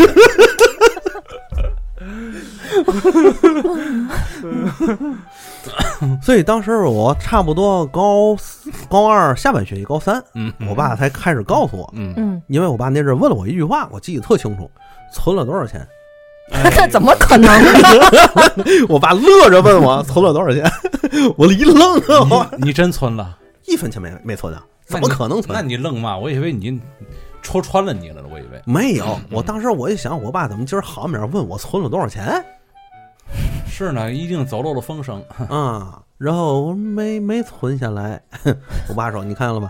C: 所以当时我差不多高高二下半学期，高三，
A: 嗯，
C: 我爸才开始告诉我，
A: 嗯，
B: 嗯，
C: 因为我爸那阵问了我一句话，我记得特清楚，存了多少钱？
D: 哎
B: 怎么可能呢？
C: 我爸乐着问 我存了多少钱，我一愣，啊我
A: 你你真存了？
C: 一分钱没没存啊，
A: 那
C: 怎
A: 你
C: 么可能
A: 那
C: 存？
A: 你愣嘛？我以为你戳穿了你了呢，我以为。
C: 没有，我当时我一想，我爸怎么今儿好面问我存了多少钱？
A: 是呢，一定走漏了风 声。
C: 啊，然后我没没存下来。 我爸说：“你看了吧，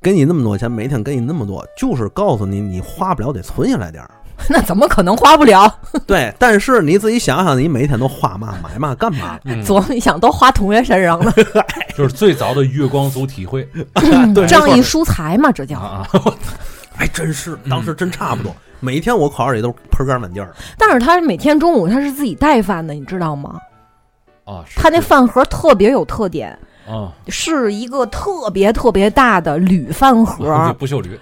C: 给你那么多钱，每天给你那么多，就是告诉你你花不了，得存下来 点儿。
B: 那怎么可能花不了？
C: 对，但是你自己想想，你每天都花嘛、买嘛、干嘛？
A: 嗯，
B: 琢磨一想，都花同学身 上了，嗯
A: 就是最早的月光族体会
C: 对，
B: 仗义
C: 没错
B: 疏财嘛，这叫。
A: 啊啊！
C: 还哎真是，当时真差不多。嗯 每天我口袋里都是盆干满地儿，
B: 但是他每天中午他是自己带饭的，你知道吗？
A: 啊，是
B: 他那饭盒特别有特点，
A: 啊，
B: 是一个特别特别大的铝饭盒，
A: 嗯不锈驴，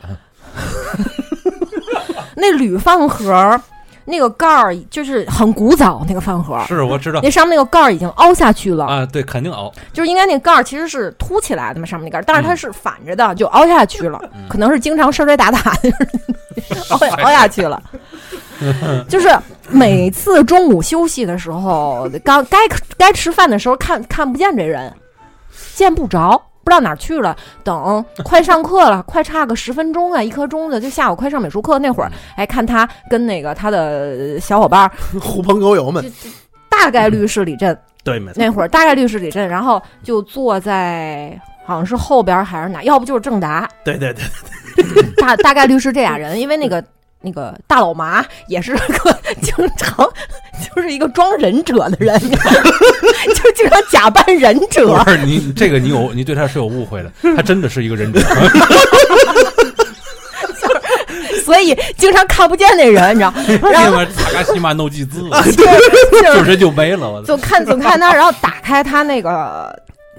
B: 那铝饭盒那个盖儿就是很古早那个饭盒。
A: 是我知道
B: 那上面那个盖儿已经凹下去了，
A: 啊，对，肯定熬。
B: 就是应该那盖儿其实是凸起来的嘛，上面那盖儿，但是它是反着的，就凹下去了，
A: 嗯
B: 可能是经常摔摔打打，就是凹下凹下去了。就是每次中午休息的时候，刚该该吃饭的时候看看不见这人，见不着，不知道哪儿去了。等快上课了，快差个十分钟啊，一刻钟的，就下午快上美术课那会儿，哎，看他跟那个他的小伙伴儿，
C: 狐朋狗友们
B: 就。就大概率是李振。
C: 对，没错
B: 那。会儿大概率是李振，然后就坐在好像是后边儿还是哪，要不就是郑达，
C: 对对对，
B: 大大概率是这俩人，因为那个那个大老麻也是个经常就是一个装忍者的人， 就经常假扮忍
A: 不
B: 者。
A: 是你这个你有你对他是有误会的，他真的是一个忍者。
B: 所以经常看不见那人，你知道？ 然
A: 另
B: 后
A: 外，塔卡西玛诺基兹，
B: 就是
A: 就
B: 就是
A: 人就没了， 我操
B: 总看总看他，然后打开他那个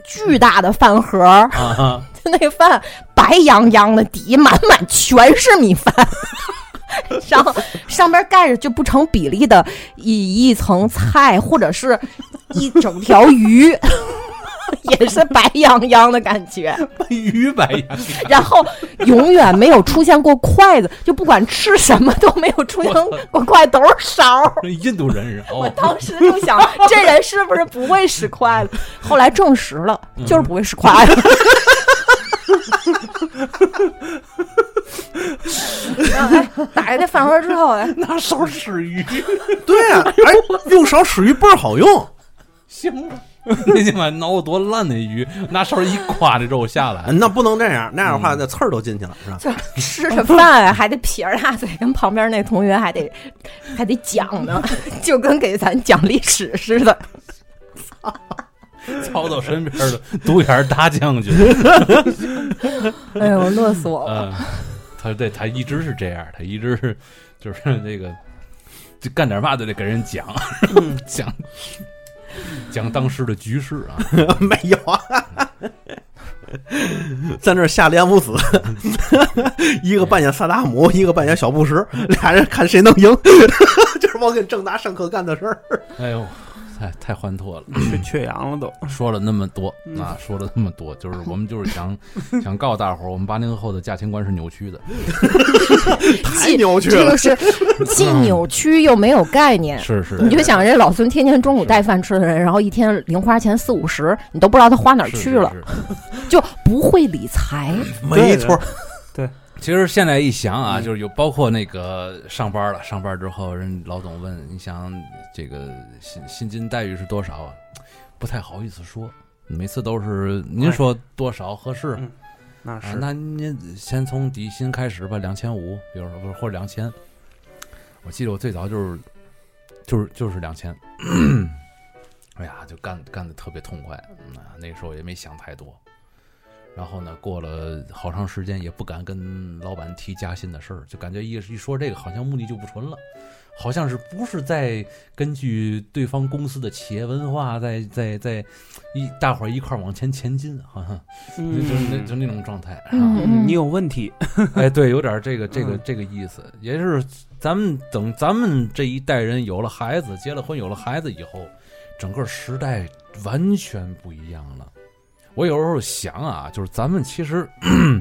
B: 巨大的饭盒儿，
A: 啊哈！
B: 就那饭白洋洋的，底满满全是米饭， 然后上边盖着就不成比例的一一层菜，或者是一整条鱼， 也是白洋洋的感觉。
A: 鱼白呀，
B: 然后永远没有出现过筷子，就不管吃什么都没有出现过筷，都是勺儿。
A: 印度人是
B: 我
A: 哦，
B: 当时就想，这人是不是不会使筷子？后来证实了，
A: 嗯
B: 就是不会使筷子。然后哎，打开那饭盒之后，哎，
A: 拿勺吃鱼，
C: 哎对啊，哎，用勺使鱼倍儿好用。
A: 行了，那你把挠多烂的鱼，拿勺一刮，这肉下来。
C: 哎那不能这样，那样的话那刺儿都进去了，是吧？
B: 就吃着饭啊还得撇着大嘴跟旁边那同学还得还得讲呢，就跟给咱讲历史似的。
A: 操到身边的独眼大将军，
B: 哎呦，乐死我了！
A: 嗯，他对他一直是这样，他一直是就是那个，就干点嘛都得给人讲
B: 嗯
A: 讲讲当时的局势啊，
C: 没有啊，在那儿下连姆死， 一个扮演萨达姆，一个扮演小布什，俩人看谁能赢， 这是我给正达上课干的事儿。
A: 哎呦，太太欢脱了。
D: 缺缺氧了都。
A: 说了那么多
D: 嗯
A: 啊，说了那么多，就是我们就是想想告诉大伙儿，我们八零后的价钱观是扭曲的。
C: 太扭曲
B: 这
C: 了
B: 个是既扭曲又没有概念。
A: 是是
B: 哎你就想这老孙天天中午带饭吃的人，然后一天零花钱四五十，你都不知道他花哪儿去了，就不会理财。
C: 没错，
A: 其实现在一想啊，
D: 嗯
A: 就是有包括那个上班了，上班之后人老总问你想这个薪薪金待遇是多少啊，不太好意思说，每次都是
D: 哎
A: 您说多少合适
D: 嗯那
A: 啊
D: 是，，
A: 那您先从底薪开始吧，两千五，比如说不是或者两千，我记得我最早就是就是就是两千，哎呀，就干干的特别痛快，嗯啊，那个时候也没想太多。然后呢，过了好长时间也不敢跟老板提加薪的事儿，就感觉一一说这个好像目的就不纯了，好像是不是在根据对方公司的企业文化在在在一大伙儿一块儿往前前进，好像
D: 嗯
A: 就就是那就那种状态。
B: 嗯
D: 你有问题，
A: 哎，对，有点这个这个
D: 嗯
A: 这个意思，也是咱们等咱们这一代人有了孩子，结了婚，有了孩子以后，整个时代完全不一样了。我有时候想啊，就是咱们其实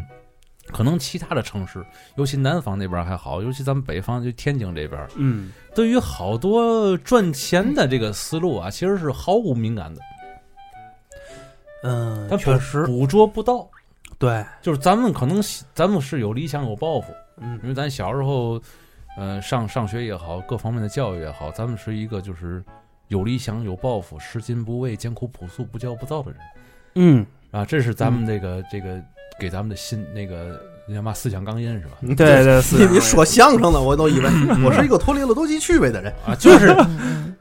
A: 可能其他的城市，尤其南方那边还好，尤其咱们北方就天津这边，
D: 嗯，
A: 对于好多赚钱的这个思路啊，其实是毫无敏感的，
D: 嗯
A: 他
D: 确实，
A: 捕捉不到。
D: 对，
A: 就是咱们可能咱们是有理想有抱负。因
D: 嗯，
A: 为咱小时候，呃，上上学也好，各方面的教育也好，咱们是一个就是有理想、有抱负、拾金不昧、艰苦朴素、不骄不躁的人
D: 嗯，
A: 啊，这是咱们这个、这个给咱们的心那个那叫嘛思想钢印是吧？
C: 对
D: 对啊对，
C: 你你说相声的，我都以为我是一个脱离了逻辑趣味的人。
A: 啊，就是
B: 嗯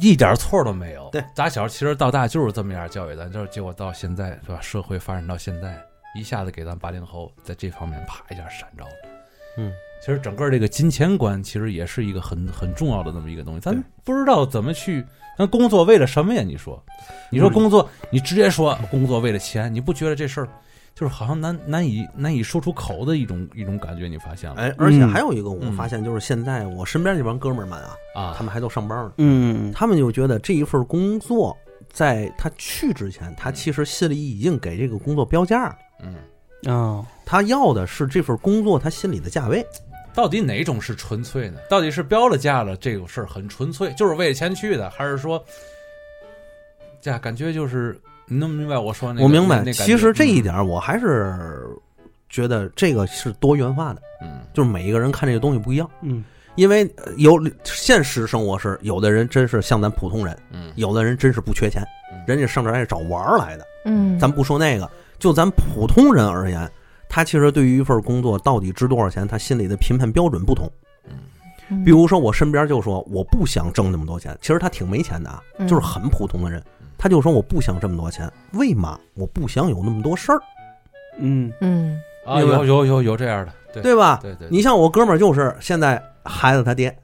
A: 一点错都没有。
C: 对，
A: 打小其实到大就是这么样教育咱，就是结果到现在是吧？社会发展到现在，一下子给咱八零后在这方面啪一下闪着了。
D: 嗯，
A: 其实整个这个金钱观其实也是一个很很重要的这么一个东西，咱
C: 对
A: 不知道怎么去。咱工作为了什么呀？你说，你说
D: 嗯
A: 工作，你直接说工作为了钱，你不觉得这事儿就是好像难难以难以说出口的一种一种感觉？你发现了
C: 哎，而且
D: 嗯
C: 还有一个我发现，就是现在我身边这帮哥们儿们啊，
A: 啊
C: 他？们还都上班呢，
D: 嗯，
C: 他们就觉得这一份工作，在他去之前，他其实心里已经给这个工作标价了，
A: 嗯，
D: 哦，
C: 他要的是这份工作他心里的价位。
A: 到底哪种是纯粹呢？到底是标了价了，这个事儿很纯粹，就是为了钱去的，还是说，呀，感觉就是你能明白我说那个？
C: 我明白，
A: 那那感觉嗯
C: 其实这一点我还是觉得这个是多元化的，
A: 嗯，
C: 就是每一个人看这个东西不一样。
D: 嗯，
C: 因为呃有现实生活是，有的人真是像咱普通人，
A: 嗯嗯，
C: 有的人真是不缺钱
A: 嗯，
C: 人家上这儿来找玩儿来的。
B: 嗯，
C: 咱不说那个，就咱普通人而言，他其实对于一份工作到底值多少钱，他心里的评判标准不同。
B: 嗯
C: 比如说我身边就说我不想挣那么多钱，其实他挺没钱的啊，
B: 嗯
C: 就是很普通的人，
A: 嗯
C: 他就说我不想这么多钱，为嘛？我不想有那么多事儿，
D: 嗯，
B: 嗯，
A: 啊，
C: 明白
A: 有有有有这样的，对
C: 对吧？
A: 对对，
C: 你像我哥们儿就是现在孩子他爹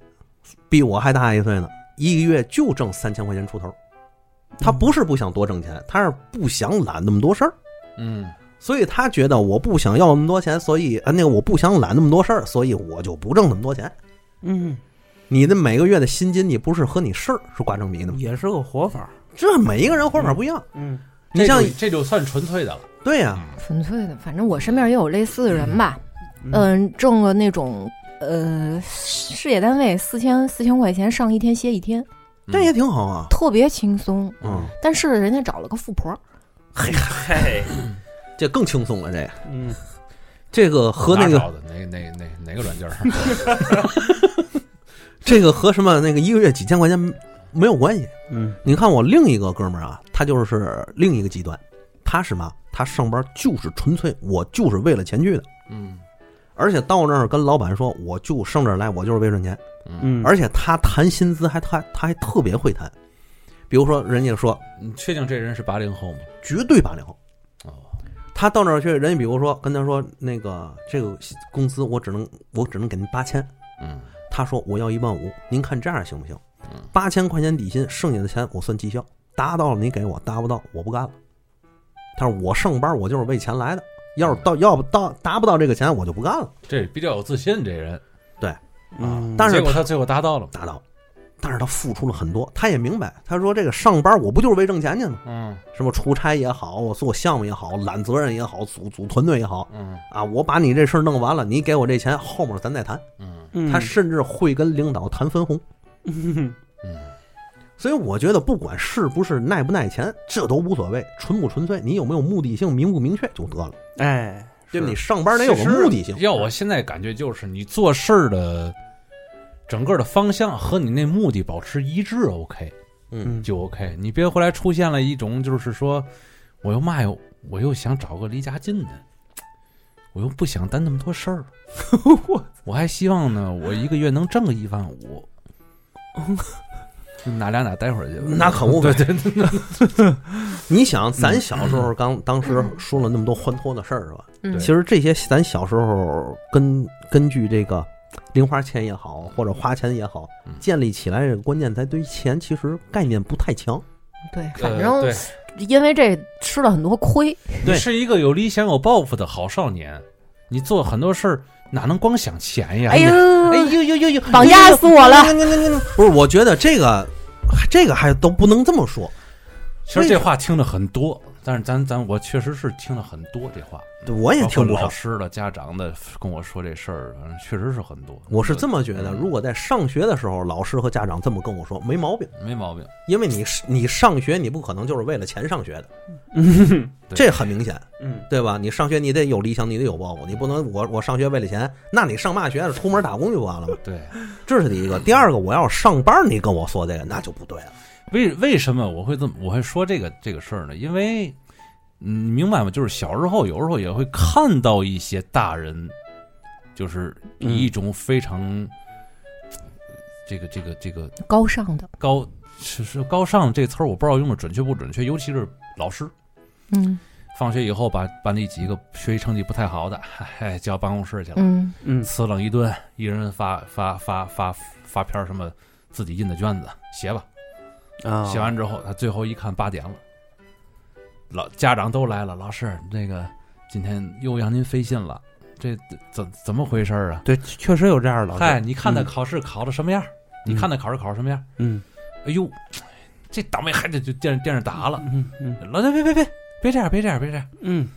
C: 比我还大一岁呢，一个月就挣三千块钱出头，他不是不想多挣钱，他是不想揽那么多事儿。
A: 嗯
C: 所以他觉得我不想要那么多钱，所以啊，那个我不想揽那么多事儿，所以我就不挣那么多钱。
D: 嗯，
C: 你的每个月的薪金，你不是和你事儿是挂正比的吗？
D: 也是个活法，
C: 这每一个人活法不一样。
D: 嗯，
C: 你像
A: 这就这就算纯粹的了，
C: 对呀、
A: 嗯
B: 纯粹的，反正我身边也有类似的人吧。
D: 嗯
B: 嗯、挣个那种呃事业单位四千四千块钱，上一天歇一天，
A: 嗯
C: 这也挺好啊。
B: 特别轻松。
C: 嗯，
B: 但是人家找了个富婆，
D: 嘿，
C: 这更轻松了。这个
D: 嗯，
C: 这个和那
A: 哪
C: 个
A: 找的哪哪哪 哪个软件儿？
C: 这个和什么那个一个月几千块钱没有关系。
D: 嗯
C: 你看我另一个哥们儿啊，他就是另一个极端，他是嘛？他上班就是纯粹我就是为了钱去的，
E: 嗯
C: 而且到那儿跟老板说我就上这儿来，我就是为赚钱。
E: 嗯，
D: 嗯，
C: 而且他谈薪资还他他还特别会谈，比如说人家说
A: 你确定这人是八零后吗？
C: 绝对八零后，
A: 哦，
C: 他到那儿去，人家比如说跟他说那个这个工资我只能我只能给您八千，
E: 嗯
C: 他说我要一万五，您看这样行不行
E: 嗯？
C: 八千块钱底薪，剩下的钱我算绩效，达到了你给我，达不到我不干了。他说我上班我就是为钱来的，要
A: 嗯
C: 是到要不到达不到这个钱我就不干了，
A: 这比较有自信，这人。啊
D: 嗯，
C: 但是
A: 结果他最后达到了嘛，
C: 达到。但是他付出了很多，他也明白，他说这个上班我不就是为挣钱去吗？
E: 嗯
C: 什么出差也好，我做项目也好，揽责任也好，组组团队也好，
E: 嗯
C: 啊，我把你这事儿弄完了，你给我这钱，后面咱再谈。
E: 嗯
D: 嗯
C: 他甚至会跟领导谈分红，
D: 嗯
E: 嗯
C: 所以我觉得不管是不是耐不耐钱，这都无所谓，纯不纯粹，你有没有目的性，明不明确就得了，
D: 哎，
C: 对吧？
D: 是
C: 你上班得有个目的性。
A: 要我现在感觉就是你做事儿的整个的方向和你那目的保持一致，OK
C: 嗯
D: 嗯
A: 就 OK。你别回来出现了一种就是说，我又嘛又我又想找个离家近的，我又不想担那么多事儿， 我还希望呢，我一个月能挣个一万五。就哪俩哪待会儿去吧，
C: 那可不呗
A: 对对 对，
C: 你想，咱小时候刚当时说了那么多欢脱的事儿是吧？
B: 嗯
C: 其实这些咱小时候根根据这个零花钱也好，或者花钱也好
E: 嗯，
C: 建立起来这个观念，咱对于钱其实概念不太强。
B: 对，
A: 呃
B: 反正
A: 对
B: 因为这吃了很多亏，
A: 你
C: 对
A: 是一个有理想、有抱负的好少年，你做很多事儿哪能光想钱呀？
B: 哎呦，
C: 哎呦呦呦呦，
B: 绑架死我了！
C: 不是，我觉得这个这个还都不能这么说。
A: 其实这话听的很多，但是咱咱我确实是听了很多这话，嗯
C: 对我也
A: 包括
C: 听不
A: 老
C: 少。
A: 师的、家长的跟我说这事儿，反正确实是很多。
C: 我是这么觉得，
A: 嗯
C: 如果在上学的时候，老师和家长这么跟我说，没毛病，
A: 没毛病，
C: 因为你是你上学，你不可能就是为了钱上学的，
D: 嗯
A: 对
C: 这很明显，
D: 嗯
C: 对吧？你上学你得有理想，你得有抱负，你不能我我上学为了钱，那你上嘛学出门打工就完了嘛，
A: 对。
C: 这是第一个。第二个，我要上班，你跟我说这个那就不对了。
A: 为为什么我会这么我会说这个这个事儿呢？因为嗯你明白吗？就是小时候有时候也会看到一些大人，就是
C: 嗯
A: 以一种非常、这个这个这个
B: 高尚的，
A: 高是是高尚这词儿，我不知道用的准确不准确，尤其是老师。
B: 嗯
A: 放学以后把班里几个学习成绩不太好的，哎，叫办公室去了，
B: 嗯
D: 嗯
A: 呲楞一顿，一人发发发发发篇儿什么自己印的卷子，写吧。
D: 啊，
A: 写完之后，他最后一看八点了，老家长都来了，老师，那个今天又让您费心了，这怎怎么回事儿啊？
D: 对，确实有这样的老师。
A: 嗨，你看他
D: 嗯
A: 考试考的什么样儿？你看他考试考什么样儿？
D: 嗯
A: 哎呦，这倒霉孩子就电电视打了。
D: 嗯嗯
A: 老师，别别别，别这样，别这样，别这样，
D: 嗯，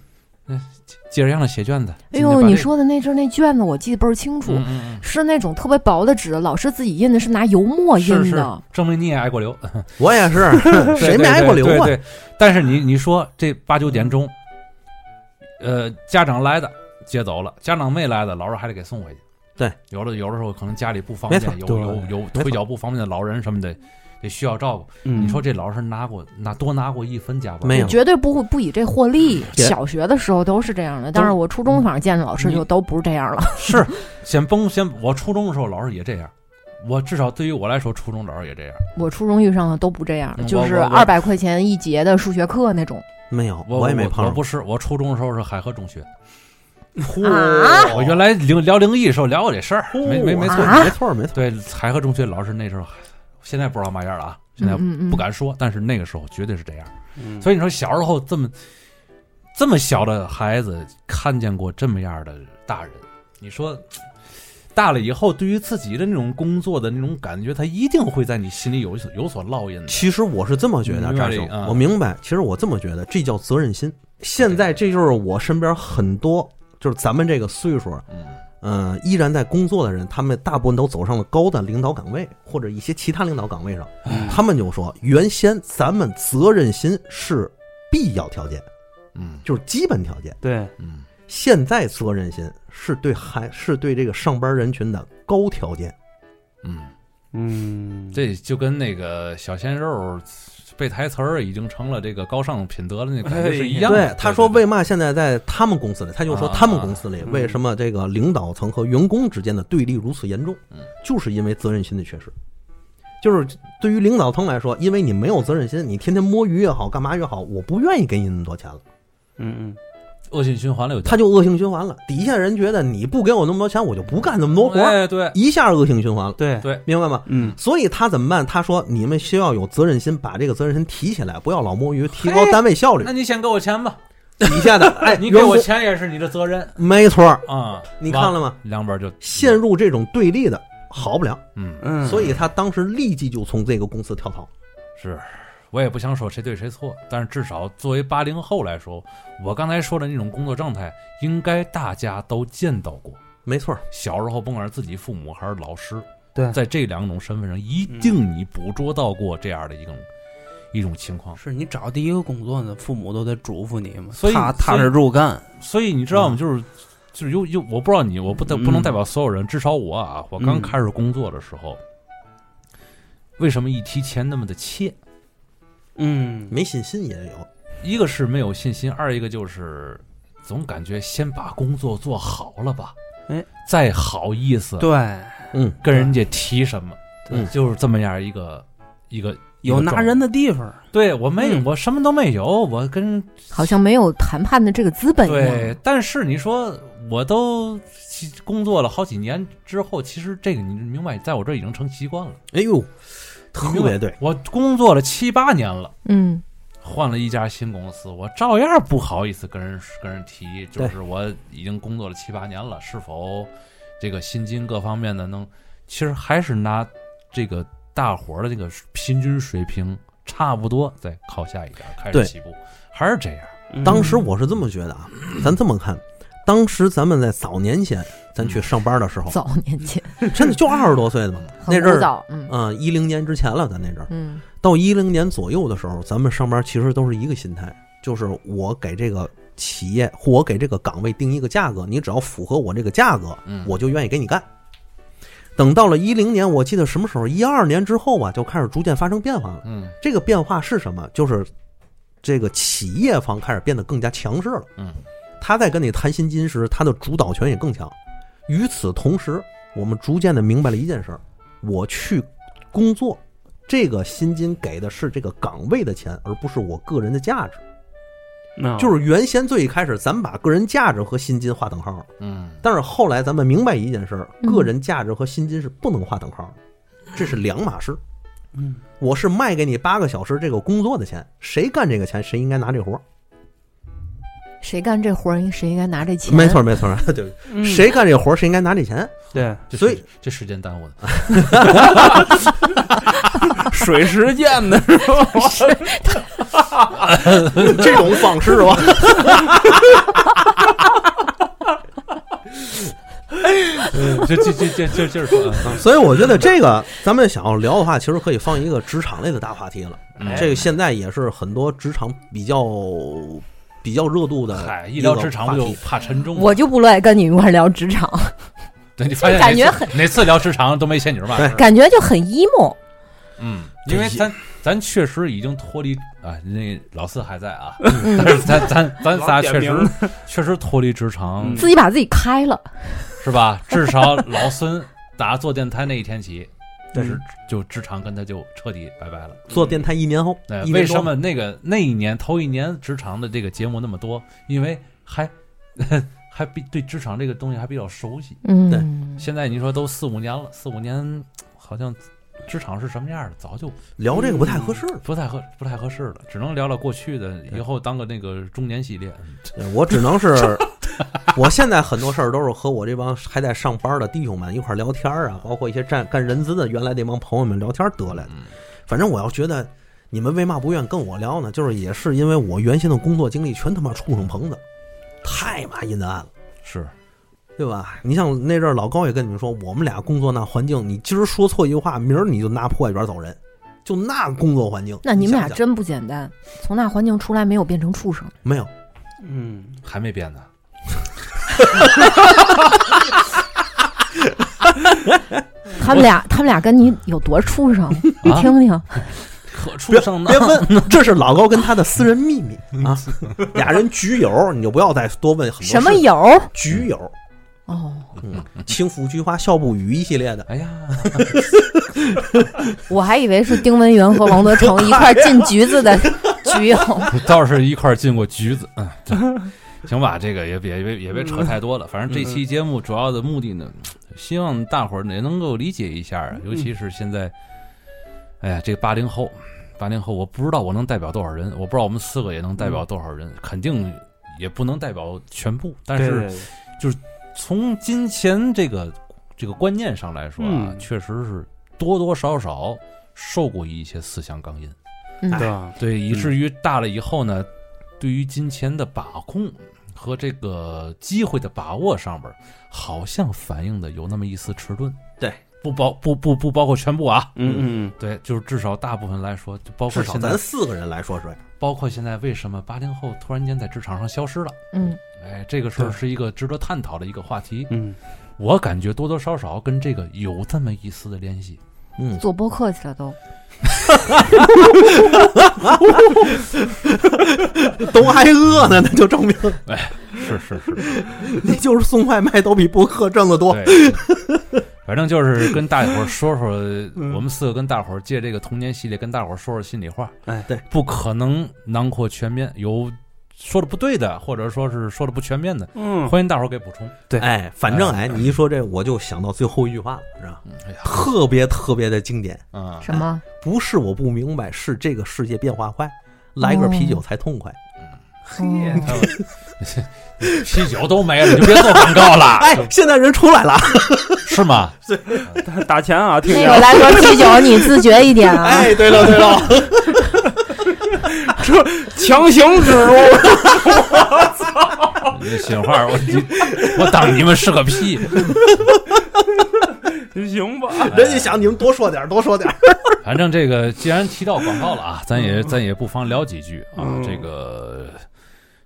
A: 接着让他写卷子。
B: 哎
A: 今天
B: 呦，
A: 把
B: 你
A: 这
B: 说的那阵儿那卷子我记得倍儿清楚，
A: 嗯嗯
B: 是那种特别薄的纸，老师自己印的，是拿油墨
A: 嗯，
B: 印的。
A: 是是，证明你也挨过 流，
C: 我也是，
A: 对
C: 谁没
A: 对
C: 挨过
A: 对
C: 流
A: 对
C: 啊？
A: 对但是你你说这八九点钟，呃，家长来的接走了，家长没来的，老师还得给送回去。
C: 对，
A: 有的有的时候可能家里不方便
C: 没错，
A: 有
D: 对
A: 有有
C: 没嗯
A: 腿脚不方便的老人什么的，得需要照顾。
D: 你
A: 你说这老师拿过拿多拿过一分加班
C: 没有
B: 绝对不会不以这获
A: 嗯
B: 利。
C: 也
B: 小学的时候都是这样的，但是我初中反正见的老师就都不是这样了。
A: 是，先甭先，我初中的时候老师也这样，我至少对于我来说，初中老师也这样。
B: 我初中遇上的都不这样
A: 嗯，
B: 就
A: 我
B: 是
A: 我
B: 二百块钱一节的数学课那种。
C: 没有，
A: 我
C: 也没
A: 我
C: 碰上
A: 不是，我初中的时候是海河中学。
C: 过。
B: 啊
C: 哦
A: 我原来零聊灵异的时候聊过这事儿，没没没错，
C: 没错没错。
A: 对，海河中学老师那时候，现在不知道嘛样了啊，现在
B: 嗯嗯嗯
A: 不敢说，但是那个时候绝对是这样。
D: 所
A: 所以你说小时候这么这么小的孩子看见过这么样的大人，你说大了以后对于自己的那种工作的那种感觉，他一定会在你心里有所有所烙印的。
C: 其实我是这么觉得，
A: 明白
C: 扎
A: 这
C: 兄
A: 个啊，
C: 我明白。其实我这么觉得，这叫责任心。现在这就是我身边很多，就是咱们这个岁数，
A: 嗯，
C: 嗯、依然在工作的人，他们大部分都走上了高的领导岗位或者一些其他领导岗位上。
A: 嗯
C: 他们就说，原先咱们责任心是必要条件，
E: 嗯
C: 就是基本条件。
D: 对，
E: 嗯
C: 现在责任心是对还是对这个上班人群的高条件。
E: 嗯
D: 嗯，
A: 这就跟那个小鲜肉背台词儿已经成了这个高尚品德的那感觉是一样的。
C: 哎对，他说为嘛现在在他们公司里，他就说
A: 啊
C: 他们公司里
D: 嗯
C: 为什么这个领导层和员工之间的对立如此严重
A: 嗯，
C: 就是因为责任心的缺失。就是对于领导层来说，因为你没有责任心，你天天摸鱼也好，干嘛也好，我不愿意给你那么多钱了，
D: 嗯
A: 恶性循环了，有点
C: 他就恶性循环了。底下人觉得你不给我那么多钱，我就不干那么多活儿，
A: 哎，对，
C: 一下恶性循环了
D: 嗯，，对，
A: 对，
C: 明白吗？
D: 嗯，
C: 所以他怎么办？他说：“你们需要有责任心，把这个责任心提起来，不要老摸鱼，提高单位效率
A: 那。你先给我钱吧，
C: 底下的，哎，
A: 你给我
C: 员
A: 钱也是你的责任
C: 工，没错儿，
A: 啊。
C: 你看了吗？
A: 完，两本就
C: 陷，入这种对立的，好不了。
A: 嗯，
D: 嗯，
C: 所以他当时立即就从这个公司跳槽。
A: 是。我也不想说谁对谁错，但是至少作为八零后来说，我刚才说的那种工作状态，应该大家都见到过。
C: 没错儿，
A: 小时候，甭管是自己父母还是老师，
D: 对
A: 在这两种身份上，一
C: 嗯
A: 定你捕捉到过这样的一种、一种情况。
D: 是你找第一个工作呢，父母都得嘱咐你嘛，
A: 所以
D: 踏
A: 所以
D: 踏实住干，
A: 所以你知道吗？就是就是有有，我不知道你，我不代不能
D: 嗯
A: 代表所有人，至少我啊，我刚开始工作的时候，为什么一提钱那么的切？
D: 嗯，
C: 没信心也有。
A: 一个是没有信心，二一个就是总感觉先把工作做好了吧，
D: 哎，
A: 再好意思
D: 对，
C: 嗯，
A: 跟人家提什么，
C: 对嗯
A: 就是这么样一个一个
D: 有拿。
A: 一个状
D: 人
A: 态
D: 的地方，
A: 对我没有，
D: 嗯
A: 我什么都没有，我跟
B: 好像没有谈判的这个资本一样。
A: 对，但是你说我都其工作了好几年之后，其实这个你明白，在我这儿已经成习惯了。
C: 哎呦，特
A: 明白
C: 别对，
A: 我工作了七八年了，
B: 嗯，
A: 换了一家新公司，我照样不好意思跟人跟人提，就
C: 对
A: 是我已经工作了七八年了，是否这个薪金各方面的能，其实还是拿这个大伙儿的这个平均水平差不多，再靠下一点儿开始
C: 对
A: 起步，还是这样。
D: 嗯
C: 当时我是这么觉得啊。咱这么看，当时咱们在早年前，咱去上班的时候，
B: 早年间
C: 真的就二十多岁的嘛，
B: 很
C: 那阵
B: 古
C: 儿，
B: 早，嗯
C: 嗯，一零年之前了，咱那阵儿。
B: 嗯
C: 到一零年左右的时候，咱们上班其实都是一个心态，就是我给这个企业或我给这个岗位定一个价格，你只要符合我这个价格，
A: 嗯，
C: 我就愿意给你干。等到了一零年，我记得什么时候？一二年之后吧，就开始逐渐发生变化了。
A: 嗯
C: 这个变化是什么？就是这个企业方开始变得更加强势了。
A: 嗯，
C: 他在跟你谈薪金时，他的主导权也更强。与此同时，我们逐渐的明白了一件事儿：我去工作，这个薪金给的是这个岗位的钱，而不是我个人的价值。
A: 哦
D: 嗯
C: 就是原先最一开始，咱们把个人价值和薪金划等号，
A: 嗯，
C: 但是后来咱们明白一件事儿：
B: 嗯
C: 个人价值和薪金是不能划等号的，这是两码事。
D: 嗯
C: 我是卖给你八个小时这个工作的钱，谁干这个钱，谁应该拿这活儿。
B: 谁干这活儿，谁应该拿这钱。
C: 没错，，没错， 对，
D: 嗯
C: 谁干这活儿，谁应该拿这钱。
D: 对
A: 这
C: 所以
A: 时这时间耽误的。
D: 水时间的时候，
C: 这种方式吧。
D: 嗯
A: 就就就就就就是说，
D: 啊
C: 所以我觉得这个咱们想要聊的话，其实可以放一个职场类的大话题了。
A: 嗯
C: 这个现在也是很多职场比较比较热度的
A: 嗨，一
C: 一
A: 聊
C: 个
A: 职场
C: 话
A: 我就
C: 题
A: 怕沉重了。
B: 我就不乐意跟你一块儿聊职场，
A: 对你发现
B: 感觉
A: 哪次哪次聊职场都没仙女嘛。
C: 对
B: 感觉就很 emo。
A: 嗯，因为
C: 这一
A: 咱咱确实已经脱离啊，那老四还在 啊，但是咱咱咱
D: 老
A: 仨
D: 点
A: 确
D: 名
A: 实确实脱离职场
D: 嗯
B: 自己把自己开了，
A: 是吧？至少老孙打做电台那一天起，就
D: 对
A: 是就职场跟他就彻底拜拜了。
C: 做电台一年后
A: 哎，
C: 一年
A: 为
C: 多
A: 什么那个那一年头一年职场的这个节目那么多？因为还 还比对职场这个东西还比较熟悉。
B: 嗯，
A: 现在你说都四五年了，四五年好像职场是什么样的，早就
C: 聊这个不太合适了？
A: 不太合不太合适了，只能聊聊过去的，以后当个那个中年系列。
C: 对我只能是，我现在很多事儿都是和我这帮还在上班的弟兄们一块儿聊天儿啊，包括一些干干人资的原来那帮朋友们聊天儿得来的。
A: 嗯
C: 反正我要觉得你们为嘛不愿跟我聊呢？就是也是因为我原先的工作经历全他妈畜生棚子，太妈阴暗了。
A: 是，
C: 对吧？你像那阵儿老高也跟你们说，我们俩工作那环境，你今儿说错一句话，明儿你就拿破外边走人，就那工作环境。
B: 那你们俩
C: 想想
B: 真不简单，从那环境出来没有变成畜生，
C: 没有？
D: 嗯，
A: 还没变呢。
B: 还他们俩他们俩跟你有多畜
A: 啊
B: 生？你听听，
A: 可畜
C: 别
A: 生
C: 别问，这是老高跟他的私人秘密啊！俩人局友，你就不要再多问很多
B: 什么
C: 事
B: 友？
C: 局友，
B: 哦，
C: 嗯，轻浮菊花笑不语一系列的，
A: 哎呀，
B: 我还以为是丁文元和王德成一块儿进局子的局 友。
A: 倒是一块儿进过橘 子，嗯，对行吧，这个也别也别也别扯太 多了。反正这期节目主要的目的呢，希望大伙儿也能够理解一下
D: 嗯
A: 啊，尤其是现在，哎呀，这个八零后，八零后，我不知道我能代表多少人，我不知道我们四个也能代表多少人，肯定也不能代表全部，但
D: 嗯对
A: 是从金钱这个这个观念上来说啊，
D: 嗯
A: 确实是多多少少受过一些思想钢印。
B: 嗯
D: 对吧
A: 对，以至于大了以后呢，对于金钱的把控和这个机会的把握上边儿，好像反映的有那么一丝迟钝。
C: 对，
A: 不包不不不包括全部啊。
D: 嗯嗯
A: 对，就是至少大部分来说，就包括
C: 至少
A: 现
C: 咱
A: 在，
C: 四个人来说是，
A: 包括现在为什么八零后突然间在职场上消失了？
B: 嗯，
A: 哎，这个事儿
D: 对
A: 是一个值得探讨的一个话题。
D: 嗯
A: 我感觉多多少少跟这个有这么一丝的联系。
C: 嗯，
B: 做播客去了都。
C: 都挨饿呢，那就证明
A: 是是是。
C: 你就是送外卖都比播客挣得多。
A: 对，反正就是跟大伙儿说说，我们四个跟大伙儿借这个童年系列跟大伙儿说说心里话，
D: 嗯，哎，
A: 不可能囊括全面，有说的不对的，或者说是说的不全面的，
D: 嗯，
A: 欢迎大伙儿给补充。
D: 对
C: 哎，反正哎，你一说这，我就想到最后一句话了，是吧？
A: 嗯，哎呀，
C: 特别特别的经典，
A: 啊，
B: 什么？
C: 不是我不明白，是这个世界变化快，来个啤酒才痛快。
B: 嗯
A: 还有啤酒都没了，你就别做广告了，
C: 哎，现在人出来了，
A: 是吗？
D: 打钱啊，听
B: 那
D: 见
B: 个来 说啤酒，你自觉一点啊。
C: 哎，对了对了，
D: 强行植入，
A: 你这心里话，我你我当你们是个屁，
D: 行吧？
C: 人家想你们多说点儿，多说点儿。
A: 反正这个既然提到广告了啊，咱也咱也不妨聊几句啊。
D: 嗯
A: 这个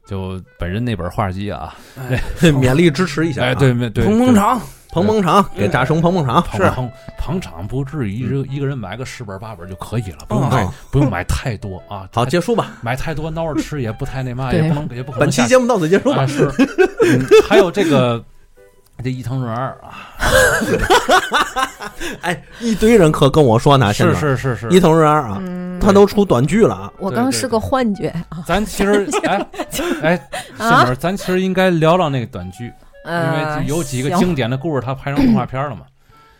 A: 就本人那本画集啊，
C: 勉力支持一下，
D: 啊
C: 啊
A: 哎，，对对对，
D: 捧捧场，
C: 捧捧场，给炸成捧捧场。
A: 捧
D: 是
A: 捧捧场不至于一
C: 嗯
A: 人一个人买个十本八本就可以了，不用
D: 嗯
A: 买不用买太多啊。
C: 好，
A: 太
C: 结束吧，
A: 买太多孬着吃也不太那嘛，
B: 对
A: 也不能也不可能
C: 本期节目到此结束
A: 目
C: 吧。
A: 是，嗯还有这个这伊藤润二啊，
C: 哎，一堆人可跟我说呢，啊现
A: 是
C: 在
A: 是是是，
C: 伊藤润二啊，
B: 嗯，
C: 他都出短剧了啊。
B: 我刚是个幻觉啊。
A: 咱其 实哎哎，下面咱其实应该聊聊那个短剧，因
B: 呃
A: 为，有几个
B: 行
A: 经典的故事，它拍成动画片了嘛。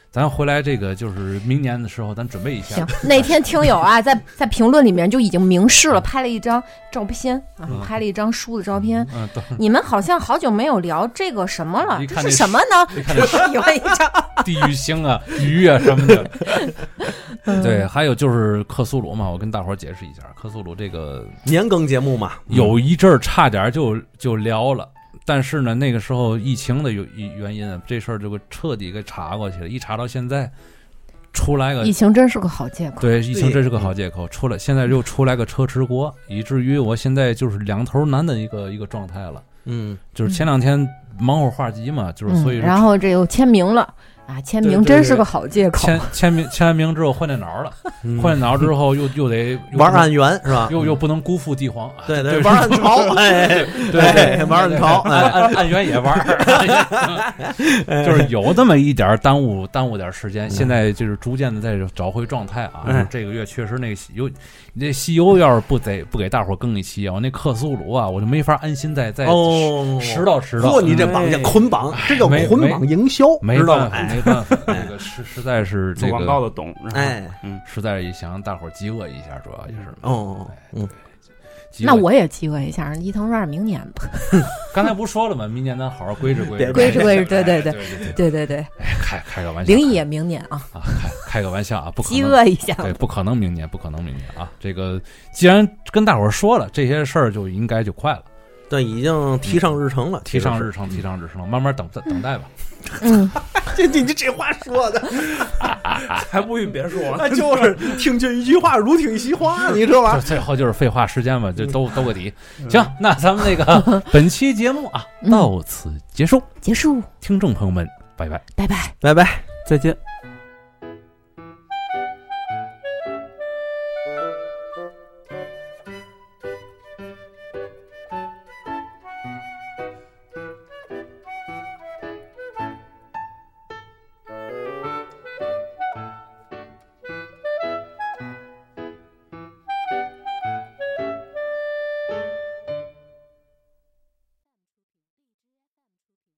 A: 咱回来这个就是明年的时候，咱准备一下
B: 行，，那天听友啊，在在评论里面就已经明示了，拍了一张照片啊
A: 嗯，
B: 拍了一张书的照片。
A: 嗯，等
B: 你们好像好久没有聊这个什么了
A: 一，
B: 这
A: 看
B: 是
A: 那
B: 什么呢？
A: 你看这
B: 有一张，
A: 地狱星啊、鱼啊什么的。
B: 嗯
A: 对，啊还有就是克苏鲁嘛，我跟大伙儿解释一下，克苏鲁这个
C: 年更节目嘛，
A: 有一阵儿差点儿就就聊了，但是呢，那个时候疫情的有一原因啊，这事儿就给彻底给查过去了，一查到现在，出来个
B: 疫情真是个好借口。
A: 对疫情真是个好借口，出来现在又出来个车迟国，以至于我现在就是两头难的一个一个状态了，
C: 嗯，
A: 就是前两天忙活画集嘛，就是所以
B: 嗯，
A: 是
B: 然后这又签名了啊，签
D: 对
B: 名
D: 对
B: 真是
D: 对
B: 个好借口。
A: 签签名签完名之后换电脑了。
C: 嗯
A: 换脑之后又又得又
C: 玩
A: 不能
C: 暗元是吧？
A: 又又不能辜负帝皇，
C: 对
A: 对
C: 玩暗潮，哎，
A: 对
C: 哎玩暗潮，
A: 按
C: 哎，
A: 按按原也玩儿， 就是有那么一点儿耽误耽误点儿时间，现在就是逐渐的在找回状态啊。
D: 嗯
A: 这个月确实那个西游，你这西游要是不得不给大伙儿更一期啊，我那克苏鲁啊，我就没法安心再再
C: 哦，
A: 拾哎到拾到
C: 嚯，，你这绑架
D: 哎
C: 捆绑，这叫
A: 没
C: 捆绑营销，
A: 没
C: 知道
A: 办
C: 吗？
A: 法
C: 哎
A: 没办 法，这个实实在是这
D: 做广告
A: 个
D: 的懂，是吧
C: 哎，
D: 嗯，
A: 实在是想让大伙儿饥饿一下，主要也是
C: 哦，嗯，
A: 饥饿
B: 那我也饥饿一下，伊藤润二明年吧。
A: 刚才不是说了吗？明年咱好好规制规制，哎
C: 别规制
B: 规制对对
A: 对
B: 对
A: 对
B: 对对对，
A: 哎开开个玩笑，
B: 零一也明年啊，
A: 啊，开开个玩笑啊，不可
B: 饥
A: 能，
B: 饿一下。
A: 对，不可能明年，不可能明年啊。这个既然跟大伙儿说了这些事儿，就应该就快了，
C: 对，已经提上日程了，
A: 嗯提上
C: 其实
A: 日程，提上日程了，慢慢等等待吧。
B: 嗯，
C: 是，这你 这话说的，
D: 还不如别说
C: 那就是 听君一句话，如听一席话，你知道
A: 就
C: 吧？
A: 最后就是废话时间嘛，就
B: 嗯
A: 兜兜个底。行，那咱们那 个本期节目啊，
B: 嗯
A: 到此结束，
B: 结束，
A: 听众朋友们，拜拜。
B: 拜拜。
C: 拜拜。
D: 再见。